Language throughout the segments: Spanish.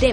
The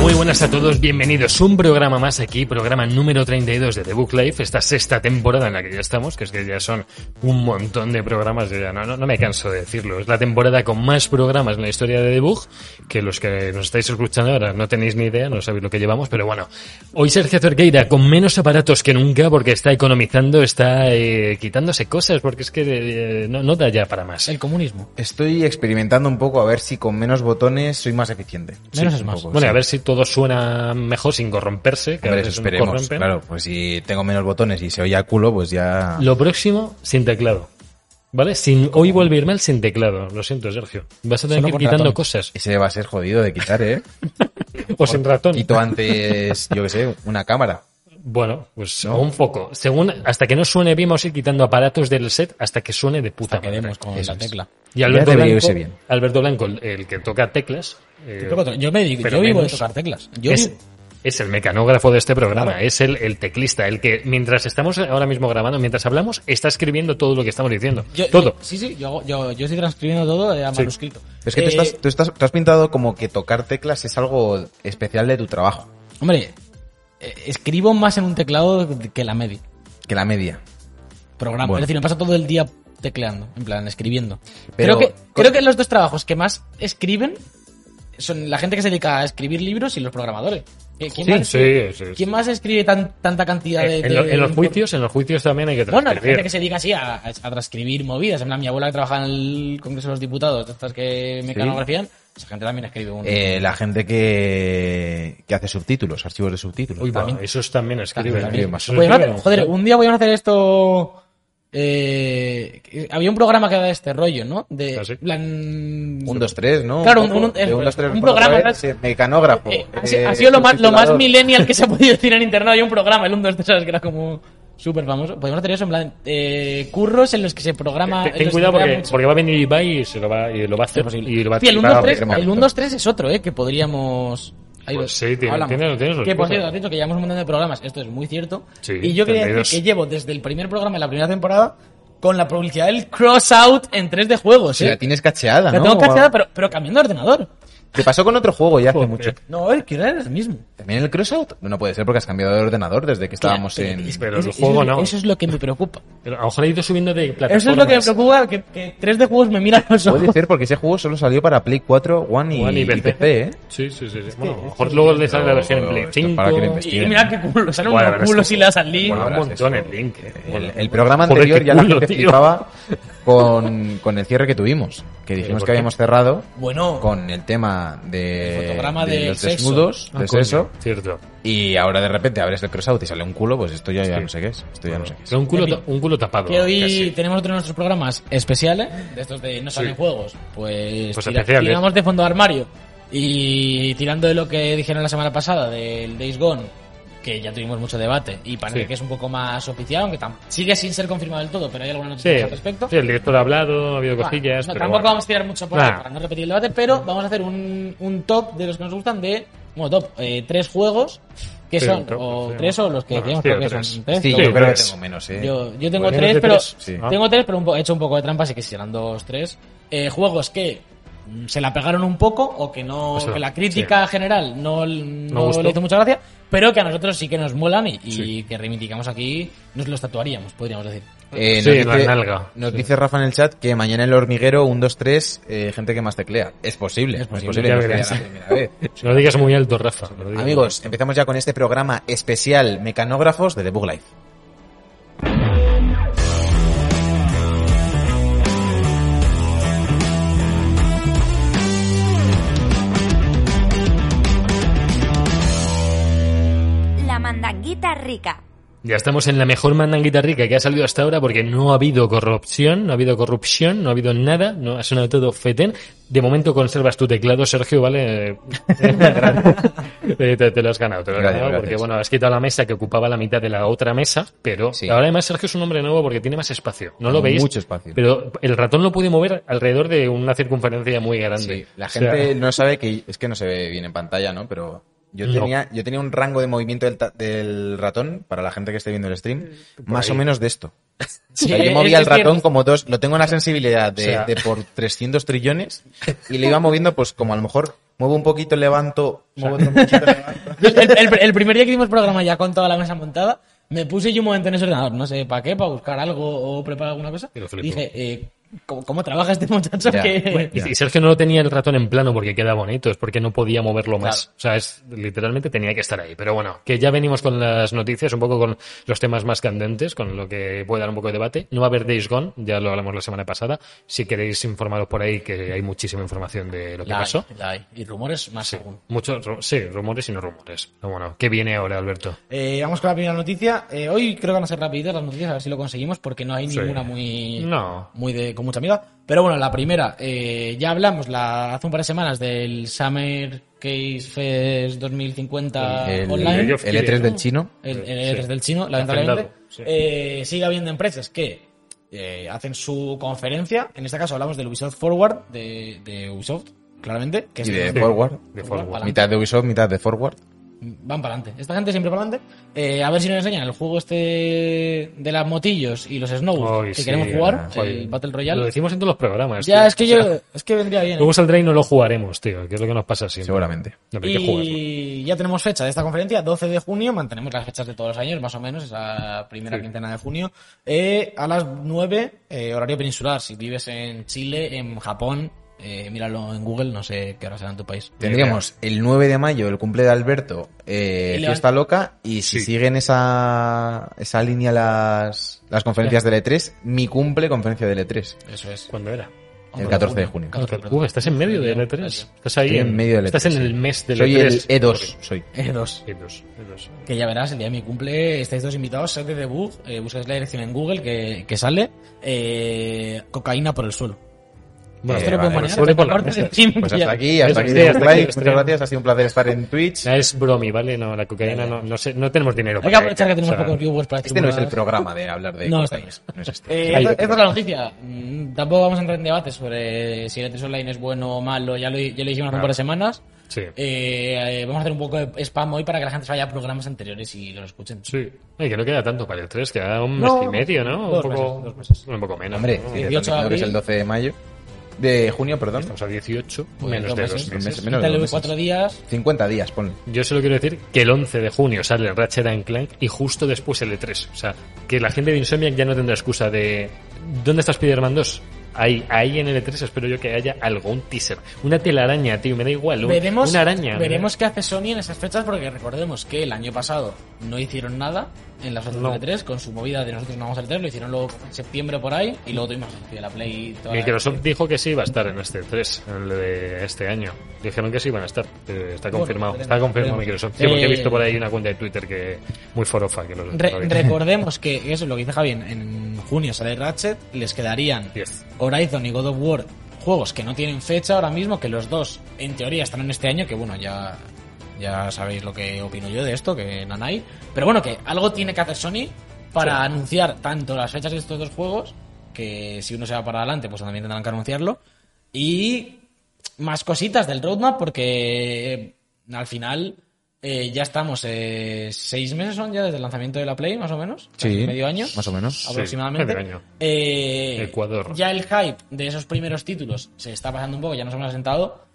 Muy buenas a todos, bienvenidos. Un programa más aquí, programa número 32 de The Book Life, esta sexta temporada en la que ya estamos, que es que ya son un montón de programas, yo ya no, no, no me canso de decirlo. Es la temporada con más programas en la historia de The Book, que los que nos estáis escuchando ahora no tenéis ni idea, no sabéis lo que llevamos, pero bueno. Hoy Sergio Cerqueira con menos aparatos que nunca porque está economizando, está eh, quitándose cosas, porque es que eh, no, no da ya para más. El comunismo. Estoy experimentando un poco a ver si con menos botones soy más eficiente. Menos es un más. Bueno, sí. a ver si todo suena mejor sin corromperse. Que a veces Hombre, eso nos esperemos. corrompen. Claro, pues si tengo menos botones y se oye a culo, pues ya. Lo próximo, sin teclado. ¿Vale? Sin, hoy vuelve a ir mal sin teclado. Lo siento, Sergio. Vas a tener Solo que ir con quitando ratón. cosas. Ese va a ser jodido de quitar, ¿eh? O sin ratón. Quito antes, yo qué sé, una cámara. Bueno, pues No. o un poco. Según, hasta que no suene bien, vamos a ir quitando aparatos del set hasta que suene de puta Hasta que madre. demos con Eso la es. tecla. Y Ya Alberto debería Blanco, irse bien. Alberto Blanco, el- el que toca teclas, eh, Yo, creo que- yo me dedico- pero yo vivo menos. de tocar teclas. Yo es, vivo- es el mecanógrafo de este programa, es el, el teclista, el que mientras estamos ahora mismo grabando, mientras hablamos, está escribiendo todo lo que estamos diciendo. yo- todo. sí, sí, yo, hago- yo, yo estoy transcribiendo todo eh, a Sí. manuscrito. Es que tú, Eh, estás, tú estás, tú has pintado como que tocar teclas es algo especial de tu trabajo, Hombre, eh, escribo más en un teclado que la media. que la media. Programa. Bueno. Es decir, me paso todo el día tecleando, en plan, escribiendo. Pero- creo, que, creo que los dos trabajos que más escriben son la gente que se dedica a escribir libros y los programadores. Eh, ¿Quién, más, escribe- sí, sí, sí. quién más escribe tan- tanta cantidad de, Eh, en, lo- de- en los juicios, en los juicios también hay que Bueno, la transcribir. gente que se dedica así a, a- a transcribir movidas. En plan, mi abuela que trabaja en el Congreso de los Diputados, de estas que mecanografían, esa gente también escribe un. Eh, la gente que, que hace subtítulos, archivos de subtítulos. Uy, va, También. esos también escriben. También, también. Esos Pues, escriben. madre, joder, un día voy a hacer esto. eh, que- había un programa que era de este rollo, ¿no? De Ah, sí. plan, un, dos, tres, ¿no? Claro, poco, un- un- de dos, tres, cuatro, un programa, otra vez, ¿verdad? sí, mecanógrafo. Eh, ha, eh, sido- ha sido lo más, lo más subtitulador. millennial que se ha podido decir en internet. Había un programa, el 1, 2, 3, ¿sabes? Que era como súper famoso. Podemos hacer eso en plan. eh, curros en los que se Eh, programa. Ten- en Ten los que cuidado se crea porque, mucho. porque va a venir Ibai y, se lo va, y lo va a hacer. Imposible. Y lo va a Hostia, el tirar. 1, 2, 3, Vale, el momento. 1, 2, 3 es otro, ¿eh? Que podríamos... Ahí Pues lo- sí, tiene- hablamos. tiene- tiene sus Que por cosas. cierto, has dicho que llevamos un montón de programas. Esto es muy cierto. Sí, y yo quería decir 32. que llevo desde el primer programa de la primera temporada con la publicidad del cross-out en 3 de juegos, Sí, ¿eh? la tienes cacheada, La ¿no? tengo cachada, pero, pero cambiando de ordenador. Te pasó con otro juego ya hace Joder. mucho. No, el que era el mismo. ¿También el crossout? No puede ser porque has cambiado de ordenador desde que estábamos en... Pero el Eso- juego eso- no. Eso es lo que me preocupa. Pero a lo mejor ha ido subiendo de plataformas. Eso es lo que me preocupa, que, que 3 de juegos me miran los ojos. Puede ser porque ese juego solo salió para Play 4, One y, Juan y y PC. PC, ¿eh? Sí, sí, sí. sí. Bueno, a lo mejor luego le sale la versión en Pero Play esto 5. para que le investiguen. Y, y mira qué culo, salen Bueno, unos verás culos que- y las al Mola un Ahora montón es el link. eh. El, Mola. el programa Joder, anterior qué ya la culo, gente tío. flipaba con, con el cierre que tuvimos. Que ¿por dijimos qué? que habíamos cerrado Bueno, con el tema de, El fotograma del los sexo. desnudos, Ah, de coño, sexo. Cierto. Y ahora de repente abres el crossout y sale un culo, pues esto ya, ya Sí. no sé qué es. Esto ya no sé qué es. Pero un culo, En fin. ta- un culo tapado. que hoy casi. tenemos otro de nuestros programas especiales, de estos de no salen juegos. Pues, Pues tira- especiales. tiramos de fondo de armario. Y tirando de lo que dijeron la semana pasada del Days Gone, que ya tuvimos mucho debate, y parece Sí. que es un poco más oficial, aunque tam- sigue sin ser confirmado del todo, pero hay alguna Sí, noticia al respecto. sí, el director ha hablado, ha habido Bueno, cosillas. no, pero tampoco bueno. vamos a tirar mucho por ahí Nah. para no repetir el debate, pero vamos a hacer un, un top de los que nos gustan de. Bueno, top, eh, tres juegos que Sí, son, un top, o sí. tres o los que Bueno, decíamos, sí, creo que tres. son tres. Sí, Sí, yo creo que tres. tengo menos, ¿eh. ¿Eh? Yo, yo tengo Bueno, tres, de pero tres, sí. tengo tres, pero un po- he hecho un poco de trampa, así que si serán dos, tres. Eh, juegos que mm, se la pegaron un poco o que no O sea, que la crítica general no, no gustó. le hizo mucha gracia, pero que a nosotros sí que nos molan y, y Sí. que reivindicamos aquí, nos los tatuaríamos, podríamos decir. Eh, Sí, la nalga. nos Sí. dice Rafa en el chat que mañana el hormiguero, un, dos, tres, eh, gente que más teclea. Es posible, es posible, posible. ya que sea verás. la primera vez. No lo digas muy alto, Rafa. no lo digas. Amigos, empezamos ya con este programa especial Mecanógrafos de The Book Life. La mandanguita rica. Ya estamos en la mejor mandanguita rica que ha salido hasta ahora porque no ha habido corrupción, no ha habido corrupción, no ha habido nada, no ha sonado todo fetén. De momento conservas tu teclado, Sergio, ¿vale? Eh, Eh, Te, te lo has ganado, te lo has ganado, Gracias, porque gracias. bueno, has quitado la mesa que ocupaba la mitad de la otra mesa, pero Sí. ahora además Sergio es un hombre nuevo porque tiene más espacio. No lo veis. Mucho espacio. Pero el ratón lo puede mover alrededor de una circunferencia muy grande. Sí, la O sea, gente no sabe que es que no se ve bien en pantalla, ¿no? Pero yo No. tenía yo tenía un rango de movimiento del, ta- del ratón para la gente que esté viendo el stream, más ahí. o menos de esto. O sea, Sí, yo movía es el ratón cierto. como dos, lo tengo en la sensibilidad de, O sea- de por 300 trillones y le iba moviendo pues como a lo mejor muevo un poquito, levanto, muevo otro poquito, levanto. El, el- el primer día que hicimos programa ya con toda la mesa montada, me puse yo un momento en ese ordenador, no sé para qué, para buscar algo o preparar alguna cosa. Y lo flipó. Dije, eh, ¿cómo, cómo trabaja este muchacho? Ya. que... Bueno, y- y Sergio no lo tenía el ratón en plano porque queda bonito, es porque no podía moverlo más. O sea, es, literalmente tenía que estar ahí. Pero bueno, que ya venimos con las noticias, un poco con los temas más candentes, con lo que puede dar un poco de debate. No va a haber Days Gone, ya lo hablamos la semana pasada. Si queréis informaros por ahí, que hay muchísima información de lo que La hay, pasó. la hay. Y rumores más aún. Muchos, ru- sí, rumores y no rumores. Pero bueno, ¿qué viene ahora, Alberto? Eh, vamos con la primera noticia. Eh, hoy creo que van a ser rapiditas las noticias, a ver si lo conseguimos, porque no hay Sí. ninguna muy, No. muy de, con mucha amiga. Pero bueno, la primera, eh, ya hablamos la, hace un par de semanas del Summer Case Fest 2050 El, online. el E3 del chino. el, el Sí. E3 del chino, lamentablemente, Hacendado, sí. eh, sigue habiendo empresas que eh, hacen su conferencia. En este caso hablamos del Ubisoft Forward, de, de Ubisoft, claramente, que Y es de Sí. forward. De Forward. Adelante. Mitad de Ubisoft, mitad de forward. van para adelante. Esta gente siempre para adelante. Eh, a ver si nos enseñan el juego este de las motillos y los snowboards Hoy que sí, queremos jugar, ah, hoy. el Battle Lo Royale. decimos en todos los programas. Ya, tío. es que O sea, yo, es que vendría bien. ¿eh? Luego saldrá y no lo jugaremos, tío, que es lo que nos pasa siempre. Seguramente. No, pero hay que jugarlo. Y ya tenemos fecha de esta conferencia, 12 de junio, mantenemos las fechas de todos los años, más o menos, esa primera Sí. quincena de junio, eh, a las 9, eh, horario peninsular, si vives en Chile, en Japón, eh, míralo en Google, no sé qué hora será en tu país. Tendríamos el 9 de mayo el cumple de Alberto, eh, Y le van- fiesta loca, y Sí. si siguen esa, esa línea las, las conferencias del E3, mi cumple conferencia E del E3. Eso es. ¿Cuándo era? El 14 de junio. 14 de junio. Uh, estás en medio del E3. Estás ahí Estoy en medio del Estás E3, en el sí. mes E del soy E3. el E E2, soy. Eh, dos. E2, E2. Que ya verás, el día de mi cumple estáis dos invitados, sed de debug, eh, buscáis la dirección en Google que, que sale, eh, cocaína por el suelo. Bueno, Eh, Esto lo vale, puedo pues mañana, sobre hasta por la corte de mesa. stream, Pues ya. hasta aquí, hasta Eso, aquí. sí, Debug hasta aquí, Live. hasta Muchas aquí. gracias, ha sido un placer estar en Twitch. Ya es bromi, ¿vale? No, la cocaína no, no, sé, no tenemos dinero Hay para que aprovechar que ello, tenemos o sea, pocos viewers para Este no es el estimular- programa de hablar de No, cosas. este no es este. Eh, Ahí esta, lo esta es tenemos. la noticia. Mm, Tampoco vamos a entrar en debates sobre si el E3 online es bueno o malo. Ya lo, ya lo hicimos hace un par de semanas. Sí. Eh, eh, vamos a hacer un poco de spam hoy para que la gente se vaya a programas anteriores y los escuchen. Sí. Ay, que no queda tanto para el 3, queda un No, mes y medio, ¿no? dos un, poco, meses, dos meses. un poco menos. Hombre, ¿no? sí, 18 de creo que es el abril. 12 de mayo. De junio, perdón. Estamos a 18, Pues menos dos de meses, dos meses. meses, menos de Quítale dos meses. cuatro días. 50 días, ponle. Yo solo quiero decir que el 11 de junio sale Ratchet and Clank y justo después el E3. O sea, que la gente de Insomniac ya no tendrá excusa de... ¿Dónde está Spider-Man 2? Ahí, ahí en el E3 espero yo que haya algún teaser. Una telaraña, tío, me da igual. un- Veremos, una araña. ¿eh? veremos qué hace Sony en esas fechas porque recordemos que el año pasado no hicieron nada en las fechas No. de 3 con su movida de nosotros no vamos al 3 lo hicieron luego en septiembre por ahí y luego tuvimos el de la Play y toda la- Microsoft dijo que sí iba a estar en este 3, en el de este año. Dijeron que sí iban a estar. eh, está Bueno, confirmado. veremos, está confirmado veremos. Microsoft. Sí, porque he Eh, visto por ahí una cuenta de Twitter que muy forofa que lo Re- lo dice. recordemos que eso es lo que dice Javi en- en junio sale Ratchet les quedarían Yes. Horizon y God of War juegos que no tienen fecha ahora mismo que los dos en teoría están en este año que bueno ya ya sabéis lo que opino yo de esto que nanay pero bueno que algo tiene que hacer Sony para Sí. anunciar tanto las fechas de estos dos juegos que si uno se va para adelante pues también tendrán que anunciarlo y más cositas del roadmap porque eh, al final eh, ya estamos eh, seis meses son ya desde el lanzamiento de la Play más o menos Casi medio año Más o menos. aproximadamente. medio año. Eh, Ecuador. Ya el hype de esos primeros títulos se está pasando un poco, ya nos hemos asentado.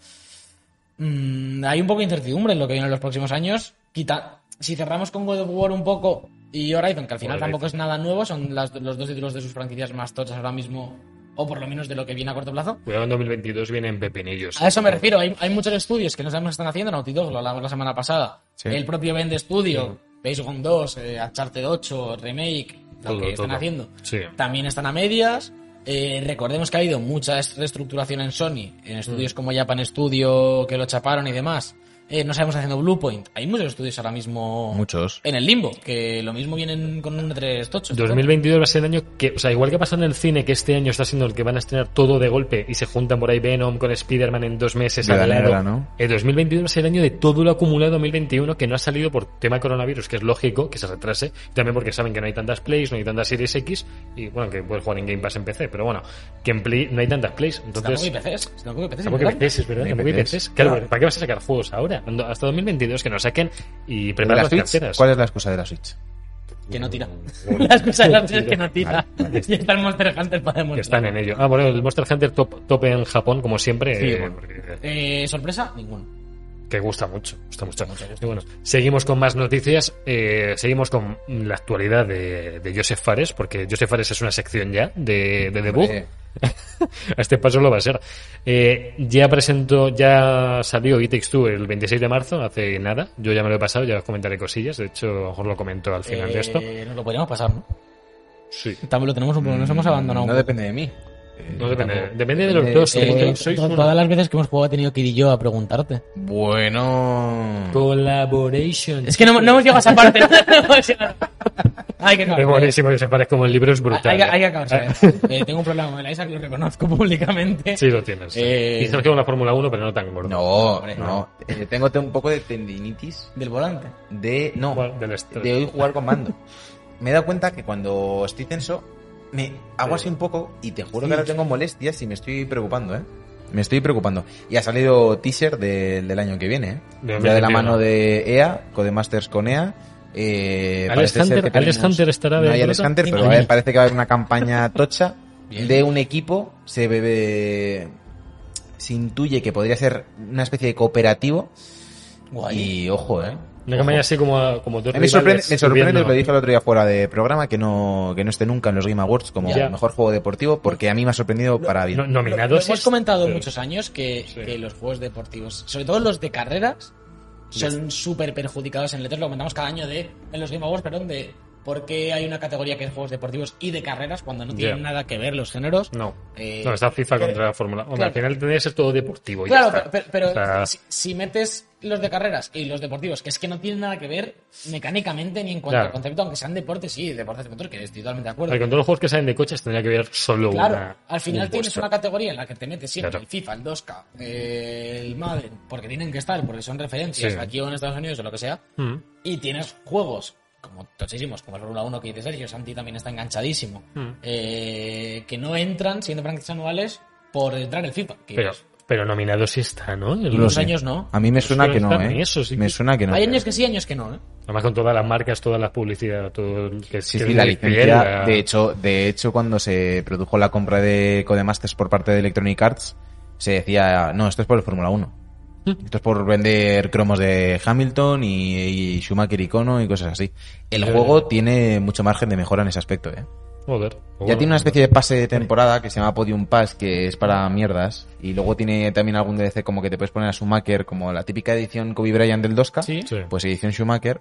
Mm, hay un poco de incertidumbre en lo que viene en los próximos años. Quita, si cerramos con God of War un poco y Horizon, que al final Horizon. tampoco es nada nuevo, son las- los dos títulos de sus franquicias más tochas ahora mismo, o por lo menos de lo que viene a corto plazo. Cuidado en 2022 vienen pepinillos. A eso me refiero. Hay, hay muchos estudios que no sabemos qué están haciendo. Naughty Dog, lo hablamos la semana pasada. Sí. El propio Bend Studio, Base Gone 2, eh, Uncharted 8, Remake, lo Todo, que están todo. haciendo. Sí. También están a medias. Eh, recordemos que ha Mm. habido mucha reestructuración en Sony, en estudios como Japan Studio, que lo chaparon y demás. eh, no sabemos haciendo Bluepoint. Hay muchos estudios ahora mismo Muchos. en el limbo, que lo mismo vienen con un E3 tocho. 2022 va a ser el año que, o sea, igual que pasó en el cine, que este año está siendo el que van a estrenar todo de golpe y se juntan por ahí Venom con Spider-Man en dos meses Viuda al lado. Negra, ¿no? El 2022 va a ser el año de todo lo acumulado 2021 que no ha salido por tema coronavirus, que es lógico que se retrase, y también porque saben que no hay tantas plays, no hay tantas series X, y bueno, que puedes jugar en Game Pass en PC, pero bueno, que en Play no hay tantas plays, Tampoco hay entonces... PCs. Tampoco hay PCs. Tampoco hay ¿verdad? PCs, es ¿verdad? No hay Tampoco hay PCs. PCs. Claro, ¿para qué vas a sacar juegos ahora? Cuando- Hasta 2022 que nos saquen y ¿De la preparar las Switch? carteras. ¿Cuál es la excusa de la Switch? Que no tira. Las cosas las cosas que no tira. Vale, vale. Y está el Monster Hunter para demostrar. Que están en ello. Ah, bueno, el Monster Hunter top, top en Japón, como siempre, Sí, eh, bueno. porque- Eh, ¿Sorpresa? Ninguno. que gusta mucho. Gusta mucho. Mucho, gusta Y bueno, seguimos con más noticias. eh, seguimos con la actualidad de, de Joseph Fares, porque Joseph Fares es una sección ya de, de debut. Hombre. A este paso lo va a ser. Eh, ya presentó, ya salió It Takes Two el 26 de marzo, hace nada. Yo ya me lo he pasado, ya os comentaré cosillas. De hecho, a lo mejor lo comento al final de esto. Eh, Nos lo podríamos pasar, ¿no? Sí. También lo tenemos un poco, nos hemos abandonado. Mm, No depende de mí. No Eh, depende, tampoco. depende de los dos. Eh, sois- to- sois to- uno. todas las veces que hemos jugado he tenido que ir yo a preguntarte. Bueno. Collaboration. Es que no, no hemos llegado a esa parte. No hemos llegado. Hay que Es acabar. buenísimo que se parezca como el libro, es brutal. Hay, que- hay que ¿eh? acabar. ¿sabes? Eh, tengo un problema con el Isaac, lo reconozco públicamente. Sí, lo tienes. Eh, Y Sergio una Fórmula 1, pero no tan gordo. No, Hombre, no. Eh, tengo te- un poco de tendinitis Del volante. de. No, Bueno, del estrés. de hoy jugar con mando. Me he dado cuenta que cuando estoy tenso, me hago así un poco y te juro que ahora tengo molestias y me estoy preocupando, ¿eh? Me estoy preocupando. Y ha salido teaser del- del año que viene, ¿eh? De ya de la 2021. mano de EA, Codemasters con EA. Eh, Alex parece ser Hunter- que Alex tenemos- Hunter estará No hay dentro Alex de- Hunter, pero Ay. va a haber- parece que va a haber una campaña tocha Bien. de un equipo. Se bebe. Se intuye que podría ser una especie de cooperativo. Guay. Y ojo, eh. Una campaña así como, a- como dos A mí me sorprende, rivales me sorprende, subiendo. lo dije el otro día fuera de programa, que no, que no esté nunca en los Game Awards como Ya. mejor juego deportivo, porque a mí me ha sorprendido para bien. No- Lo, nominados. lo Pues hemos es- comentado pero- muchos años que, Sí. que los juegos deportivos, sobre todo los de carreras, son súper perjudicados en letras. Lo comentamos cada año de en los Game Awards, perdón, de por qué hay una categoría que es juegos deportivos y de carreras cuando no tienen Ya. nada que ver los géneros. No. Eh, no, está FIFA contra la Fórmula 1. Al claro. final tendría que ser todo deportivo. y ya Claro, está. pero, pero O sea, si, si metes los de carreras y los deportivos, que es que no tienen nada que ver mecánicamente ni en cuanto Claro. al concepto, aunque sean deportes, sí, deportes de motor, que estoy totalmente de acuerdo. con todos los juegos que salen de coches tendría que haber solo Claro, una. al final un tienes puesto. una categoría en la que te metes siempre Claro. el FIFA, el 2K, eh, el Madden, porque tienen que estar, porque son referencias Sí. aquí o en Estados Unidos o lo que sea, Mm. y tienes juegos como tochísimos, como el Fórmula 1 que dice Sergio, Santi también está enganchadísimo, Mm. eh, que no entran siendo franquicias anuales por entrar el FIFA. que Pero, es- pero nominado sí está, ¿no? El- No unos sé. años no. A mí me suena Pero que no, está eh. bien, eso sí me que- suena que no. Hay años que sí, años que no, ¿eh? Además con todas las marcas, todas las publicidades, todo el que Sí, que sí, la el- licencia. la- De hecho, de hecho, cuando se produjo la compra de Codemasters por parte de Electronic Arts, se decía, no, esto es por el Fórmula 1. Esto es por vender cromos de Hamilton y, y Schumacher y Kono y cosas así. El Eh. juego tiene mucho margen de mejora en ese aspecto, eh. Joder. Ya tiene una especie de pase de temporada que se llama Podium Pass, que es para mierdas. Y luego tiene también algún DLC como que te puedes poner a Schumacher, como la típica edición Kobe Bryant del 2K. Sí. Sí. Pues edición Schumacher.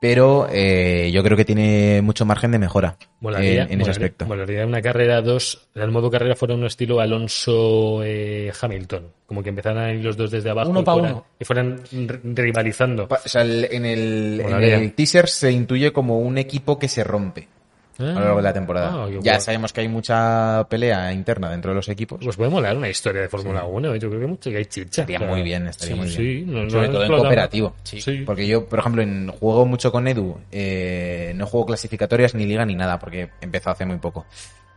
Pero eh, yo creo que tiene mucho margen de mejora Molaría, en, en molaría- ese aspecto. molaría una carrera 2, el modo carrera fuera un estilo Alonso eh, Hamilton, como que empezaran a ir los dos desde abajo Uno y, pa' fueran, uno. y fueran r- rivalizando. Pa- O sea, el- en, el, en Molaría. el teaser se intuye como un equipo que se rompe a lo largo de la temporada. Ah, qué ya guay. sabemos que hay mucha pelea interna dentro de los equipos. Pues puede molar una historia de Fórmula 1, yo creo que mucho que hay chicha. Estaría Claro. muy bien, estaría Sí, muy sí, bien. no- no Sobre lo todo en explotamos. cooperativo. Sí. Sí. Porque yo, por ejemplo, en, juego mucho con Edu, eh, no juego clasificatorias ni liga ni nada, porque empezó hace muy poco.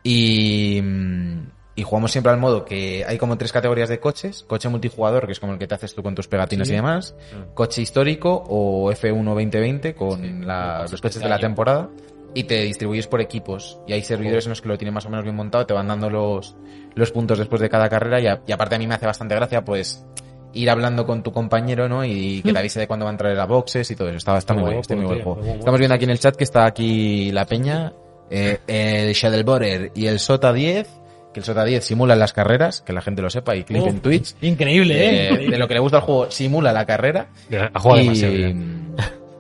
Y, mm, y jugamos siempre al modo que hay como tres categorías de coches. Coche multijugador, que es como el que te haces tú con tus pegatinas Sí. y demás. Mm. Coche histórico o F1 2020 con la- coches los coches de de la año. temporada. Y te distribuyes por equipos. Y hay servidores en los que lo tienen más o menos bien montado, te van dando los, los puntos después de cada carrera. Y, a- y aparte a mí me hace bastante gracia, pues, ir hablando con tu compañero, ¿no? Y que te avise de cuándo va a entrar a boxes y todo eso. Está, está muy Mm. Muy guay, guapo, está muy tío, buen juego. muy guapo. Estamos viendo aquí en el chat que está aquí la peña, eh, el Shadowborer y el Sota 10, que el Sota 10 simula las carreras, que la gente lo sepa, y clip Oh, en Twitch. Increíble, Eh, ¿eh? de lo que le gusta al juego, simula la carrera. Ya, Ha jugado y, demasiado bien.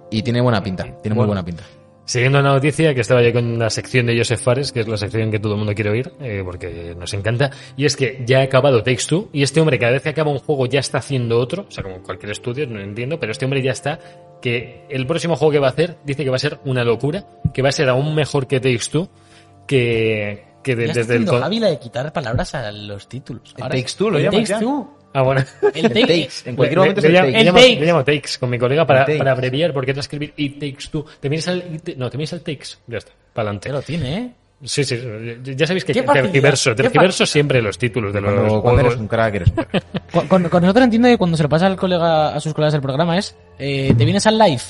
y tiene buena pinta, tiene muy Bueno. buena pinta. Siguiendo la noticia, que estaba yo con la sección de Joseph Fares, que es la sección que todo el mundo quiere oír, eh, porque nos encanta, y es que ya ha acabado Takes Two, y este hombre cada vez que acaba un juego ya está haciendo otro, o sea, como cualquier estudio, no lo entiendo, pero este hombre ya está, que el próximo juego que va a hacer, dice que va a ser una locura, que va a ser aún mejor que Takes Two, que, que de- Ya está desde el... haciendo con- Javi la de quitar palabras a los títulos. El Takes Two lo el llamas Takes ya. Two. Ah, bueno. El El Takes. takes. En cualquier Le- momento le, es el llamo- takes. le llamo, takes. le llamo takes con mi colega para, El takes. para abreviar, porque te escribir it takes two. Te miras al, it- no, te miras al takes. Ya está, para adelante. Te lo tiene, ¿eh? Sí, sí, sí. ya sabéis que Qué facilidad, tergiverso, qué tergiverso facilidad. siempre los títulos de los Cuando, cuando juegos. eres un crack, eres un crack. Con, con- con nosotros entiendo que cuando se lo pasa al colega, a sus colegas del programa es, eh, te vienes al live.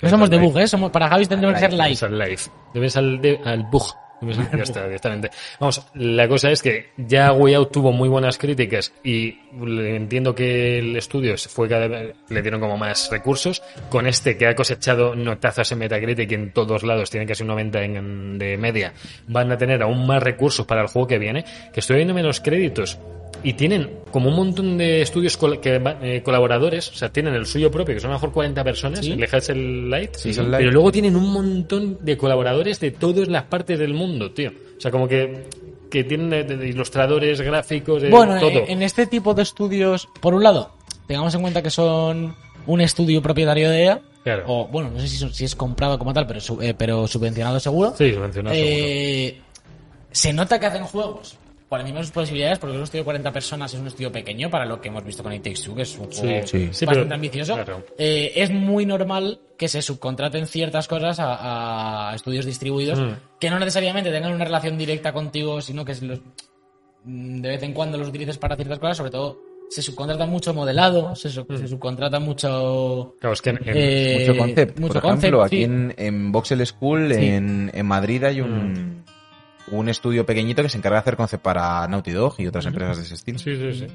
No somos de bug, ¿eh? Somos, para Javi tendremos que ser live. Debes al live. Debes al, de- al bug. Debes al- ya está, directamente. Vamos, la cosa es que ya Way Out tuvo muy buenas críticas y le- entiendo que el estudio se fue cada vez- le dieron como más recursos. Con este que ha cosechado notazas en Metacritic y en todos lados tiene casi un 90 en- en- de media, van a tener aún más recursos para el juego que viene. Que estoy viéndome los créditos y tienen como un montón de estudios col- que va- eh, colaboradores, o sea, tienen el suyo propio, que son a lo mejor 40 personas, Sí. el Hazel Light, Hazel Light. pero luego tienen un montón de colaboradores de todas las partes del mundo, tío. O sea, como que, que tienen de, de- de ilustradores, gráficos, de Bueno, todo. en- en este tipo de estudios, por un lado, tengamos en cuenta que son un estudio propietario de EA. Claro. O, bueno, no sé si, son- si es comprado como tal, pero, su- eh, pero subvencionado seguro. Sí, mencionado seguro. Eh, se nota que hacen juegos por encima de sus posibilidades, porque es un estudio de 40 personas, es un estudio pequeño para lo que hemos visto con It Takes Two, que eh, es un juego sí. Sí, bastante pero- ambicioso. claro. Eh, es muy normal que se subcontraten ciertas cosas a, a estudios distribuidos Mm. que no necesariamente tengan una relación directa contigo, sino que los, mm, de vez en cuando los utilices para ciertas cosas, sobre todo se subcontrata mucho modelado, se, su- se subcontrata mucho... Claro, es que en- en- eh, mucho concept. mucho Por ejemplo, concept, aquí sí. en, en Voxel School, Sí. en, en Madrid, hay un, un estudio pequeñito que se encarga de hacer concept para Naughty Dog y otras empresas de ese estilo. Sí, sí, sí.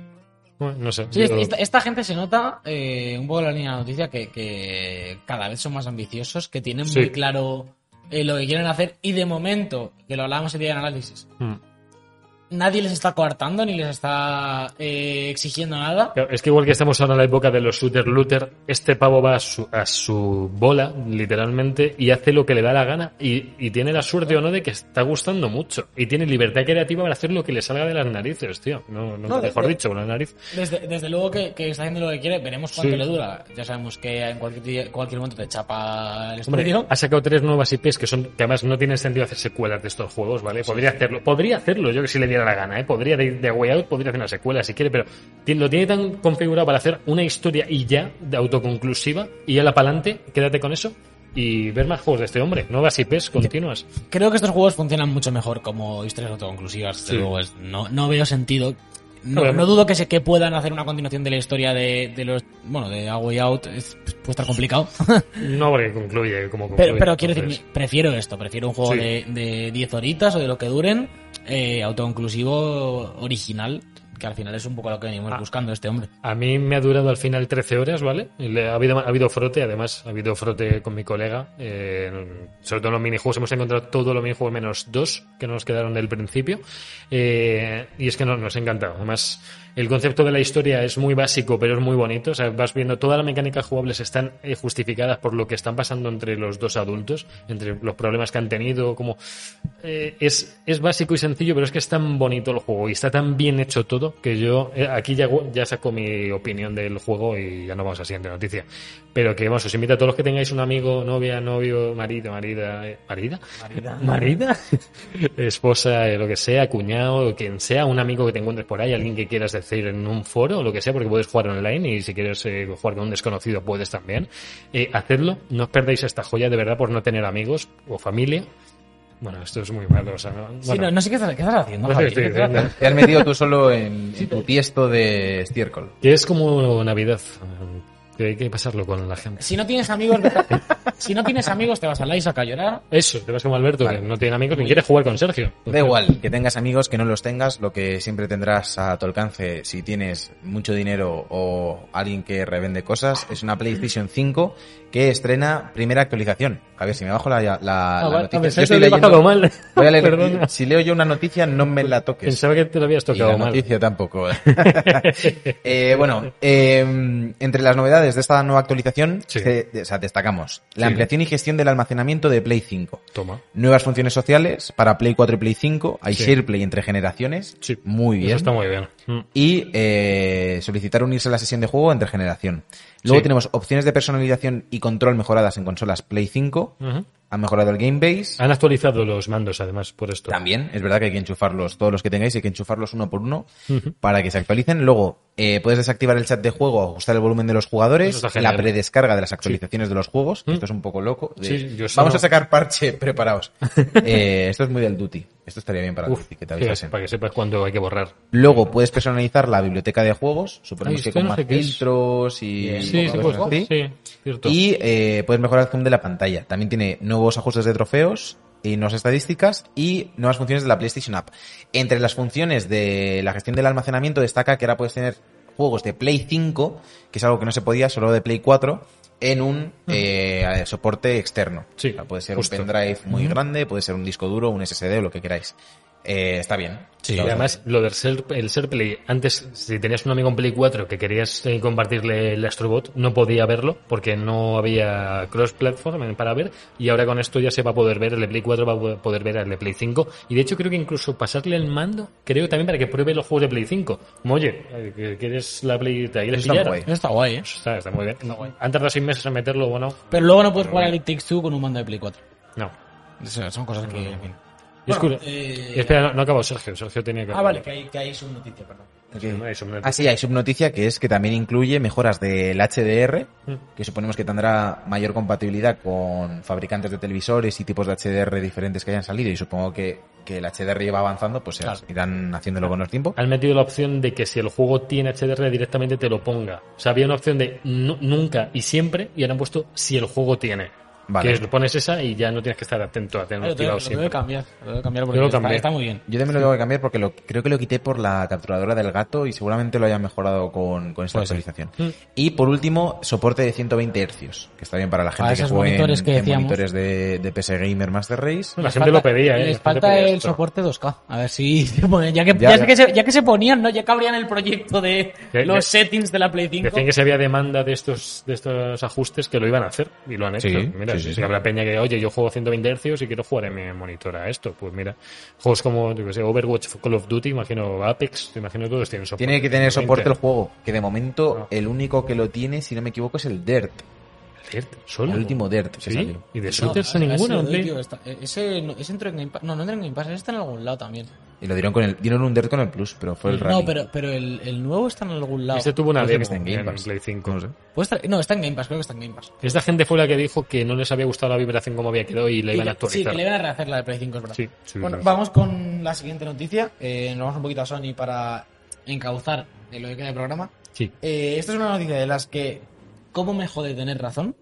Bueno, no sé. Sí, yo- es- esta, esta gente se nota eh, un poco en la línea de la noticia que, que cada vez son más ambiciosos, que tienen Sí. muy claro eh, lo que quieren hacer y de momento, que lo hablábamos el día del análisis, Mm. nadie les está coartando ni les está eh, exigiendo nada. Claro, Es que igual que estamos ahora en la época de los shooter looter, este pavo va a su, a su bola, literalmente, y hace lo que le da la gana. Y, y tiene la suerte o no de que está gustando mucho. Y tiene libertad creativa para hacer lo que le salga de las narices, tío. No, no- No, eh, de- mejor de- dicho, con la nariz. Desde, desde luego que, que está haciendo lo que quiere, veremos cuánto Sí. le dura. Ya sabemos que en cualquier, día- cualquier momento te chapa el Hombre, estudio. ha sacado tres nuevas IPs que son que además no tienen sentido hacer secuelas de estos juegos, ¿vale? Podría hacerlo, podría hacerlo yo que si le diera la gana, ¿eh? Podría de, de Way Out, podría hacer una secuela si quiere, pero ti- lo tiene tan configurado para hacer una historia y ya, de autoconclusiva, y ya la pa'lante, quédate con eso y ver más juegos de este hombre, nuevas IPs continuas. Creo que estos juegos funcionan mucho mejor como historias autoconclusivas. desde Sí. luego, es- no, no veo sentido. No, Claro. no dudo que, se, que puedan hacer una continuación de la historia de, de los. Bueno, de A Way Out. es- puede estar complicado. No porque concluye eh, como concluye. pero, pero quiero entonces. decir, prefiero esto. Prefiero un juego Sí. de, de 10 horitas o de lo que duren. Eh, autoconclusivo original. Que al final es un poco lo que venimos Ah. buscando este hombre. A mí me ha durado al final 13 horas, ¿vale? Y le- ha, habido, ha habido frote, además, ha habido frote con mi colega. eh, sobre todo en los minijuegos, hemos encontrado todos los minijuegos menos dos que nos quedaron del principio. eh, y es que no- nos ha encantado. Además, el concepto de la historia es muy básico, pero es muy bonito. O sea, vas viendo todas las mecánicas jugables están eh, justificadas por lo que están pasando entre los dos adultos, entre los problemas que han tenido, como eh, es, es básico y sencillo, pero es que es tan bonito el juego y está tan bien hecho todo que yo eh, aquí ya, gu- ya saco mi opinión del juego y ya no vamos a la siguiente noticia. Pero que vamos, os invito a todos los que tengáis un amigo, novia, novio, marido, marida, eh, marida, marida, esposa, eh, lo que sea, cuñado, quien sea, un amigo que te encuentres por ahí, alguien que quieras decir en un foro o lo que sea, porque puedes jugar online y si quieres eh, jugar con un desconocido puedes también. Eh, hacedlo, no os perdáis esta joya de verdad por no tener amigos o familia. Bueno, esto es muy malo. O sea, no, Sí, bueno, no, no sé qué estás, qué estás no haciendo. sé qué Javi, estoy ¿qué estás diciendo. Te has metido tú solo en, en tu tiesto de estiércol. Que es como Navidad. eh, Que hay que pasarlo con la gente. Si no tienes amigos, vete- si no tienes amigos, te vas al Isaac a llorar. Eso, te vas como Alberto, que no tiene amigos ni quiere jugar con Sergio. Da igual, que tengas amigos, que no los tengas, lo que siempre tendrás a tu alcance si tienes mucho dinero o alguien que revende cosas, es una PlayStation 5 que estrena primera actualización. Javier, si me bajo la, la, la Ah, vale, noticia. ah, pensaba Yo que estoy lo he leyendo- bajado mal. Voy a leer- eh, Perdona. si leo yo una noticia, no me la toques. Pensaba que te lo habías Y la tocado mal. noticia tampoco. Eh, bueno, eh, entre las em, novedades de esta nueva actualización Sí. se- o sea, destacamos La Sí. ampliación y gestión del almacenamiento de Play 5. Toma. Nuevas funciones sociales para Play 4 y Play 5. Hay Sí. SharePlay entre generaciones. Sí. Muy bien. Eso está muy bien. Mm. Y eh, solicitar unirse a la sesión de juego entre generación. Luego Sí. tenemos opciones de personalización y control mejoradas en consolas Play 5. Ujú. Han mejorado el Game Base. Han actualizado los mandos, además, por esto. También, es verdad que hay que enchufarlos, todos los que tengáis, hay que enchufarlos uno por uno para que se actualicen. Luego, eh, puedes desactivar el chat de juego, ajustar el volumen de los Eso jugadores, está genial. la predescarga de las actualizaciones de los juegos. Esto es un poco loco. de, Sí, yo eso Vamos no. a sacar parche, preparaos. Eh, esto es muy del duty. Esto estaría bien para el Uf, duty, que te sí, avisasen. para que sepas cuándo hay que borrar. Luego puedes personalizar la biblioteca de juegos, suponemos Ay, que esto con no más sé qué es. filtros y Sí, sí, cosas pues, así. sí, cierto. Y eh, puedes mejorar el zoom de la pantalla. También tiene nuevos ajustes de trofeos y nuevas estadísticas y nuevas funciones de la PlayStation App. Entre las funciones de la gestión del almacenamiento destaca que ahora puedes tener juegos de Play 5, que es algo que no se podía, solo de Play 4, en un eh, soporte externo. Sí, O sea, puede ser justo. un pendrive muy grande, puede ser un disco duro, un SSD o lo que queráis. Eh, está bien. y Está además, lo del ser, el ser Play, antes, si tenías un amigo en Play 4 que querías eh, compartirle el Astrobot, no podía verlo porque no había cross-platform para ver. Y ahora con esto ya se va a poder ver, el de Play 4 va a po- poder ver al de Play 5. Y de hecho, creo que incluso pasarle el mando, creo también para que pruebe los juegos de Play 5. Como, oye, eh, que- ¿quieres la Play? ¿Te la quieres Eso está pillar? guay. Eso está guay, ¿eh? Pues Está, está muy bien. ¿Han tardado seis meses en meterlo o no? Pero luego no puedes jugar al It Takes Two con un mando de Play 4. No. Eso Son cosas que, en fin. Disculpe. eh, Espera, no, no acabó Sergio. Sergio tenía que. Ah, vale, que hay, que hay subnoticia, perdón. bien. Ahí, sobre- Ah, sí, hay subnoticia que es que también incluye mejoras del HDR, Mm. que suponemos que tendrá mayor compatibilidad con fabricantes de televisores y tipos de HDR diferentes que hayan salido. Y supongo que, que el HDR lleva avanzando, pues se Claro. irán haciéndolo con el tiempo. Han metido la opción de que si el juego tiene HDR directamente te lo ponga. O sea, había una opción de nu- nunca y siempre y ahora han puesto si el juego tiene. Vale. Que es- pones esa y ya no tienes que estar atento a Ah, tenerlo Lo tengo, activado lo tengo que siempre. cambiar. Lo tengo que cambiar porque Yo lo está- cambié. está muy bien. Yo también lo tengo que cambiar porque lo, creo que lo quité por la capturadora del gato y seguramente lo hayan mejorado con, con esta Puede ser. Mm. actualización. Y por último, soporte de 120 hercios, que está bien para la gente que Ah, esos juegue en- monitores que en decíamos. monitores de, de PS Gamer Master Race. La Les gente falta- lo pedía, ¿eh? La Les gente falta pedía el esto. soporte 2K. A ver si. se ponen- Ya que, ya, Ya, sé ya. que se, ya que se ponían, ¿no? Ya que abrían el proyecto de Que- los que- settings de la Play 5. Decían que si había demanda de estos, de estos ajustes que lo iban a hacer y lo han hecho. Sí, mira, sí, si sí, si sí. habrá peña que, oye, yo juego a 120 Hz y quiero jugar en mi monitor a esto, pues mira. Juegos como, yo qué sé, Overwatch, Call of Duty, imagino Apex, imagino todos tienen soporte. Tiene que tener soporte el 120. juego, que de momento Ah. el único que lo tiene, si no me equivoco, es el Dirt. Dirt, solo. El último Dirt que ¿Sí? salió. ¿Y de No, shooters a- a ese ninguno? le doy, hombre? tío, está- e- Ese, no- ese entró en Game Pass. No, no entró en Game Pass. Ese está en algún lado también. Y lo dieron con el, dieron un Dirt con el Plus, pero fue el Rally. No, pero, pero el, el nuevo está en algún lado. Este tuvo una Parece que demo está en en, Game Pass. Play 5. No sé. Puede estar- No, está en Game Pass. Creo que está en Game Pass. Esta gente fue la que dijo que no les había gustado la vibración como había quedado y la Y iban a que- Sí, actualizar. que le iban a rehacer la de Play 5, es verdad. Sí, sí, bueno, sí. vamos con la siguiente noticia. Eh, nos vamos un poquito a Sony para encauzar eh, lo que queda de programa. Sí. Eh, esta es una noticia de las que. ¿Cómo me jode tener razón?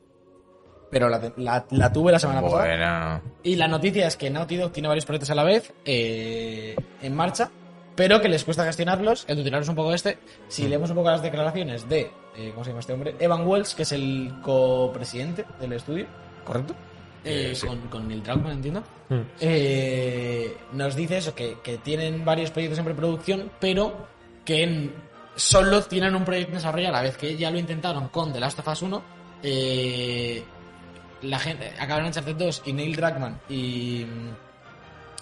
Pero la, te- la- la tuve la semana pasada. Bueno. Y la noticia es que Naughty Dog tiene varios proyectos a la vez eh, en marcha, pero que les cuesta gestionarlos. El tutorial es un poco este. Si Mm. leemos un poco las declaraciones de. eh, ¿Cómo se llama este hombre? Evan Wells, que es el copresidente del estudio. ¿Correcto? Eh, sí. con, con Neil Druckmann, entiendo. Mm. Eh, nos dice eso, que, que tienen varios proyectos en preproducción, pero que en- solo tienen un proyecto en desarrollo a la vez que ya lo intentaron con The Last of Us 1. eh, la gente, acabaron Uncharted 2 y Neil Druckmann y,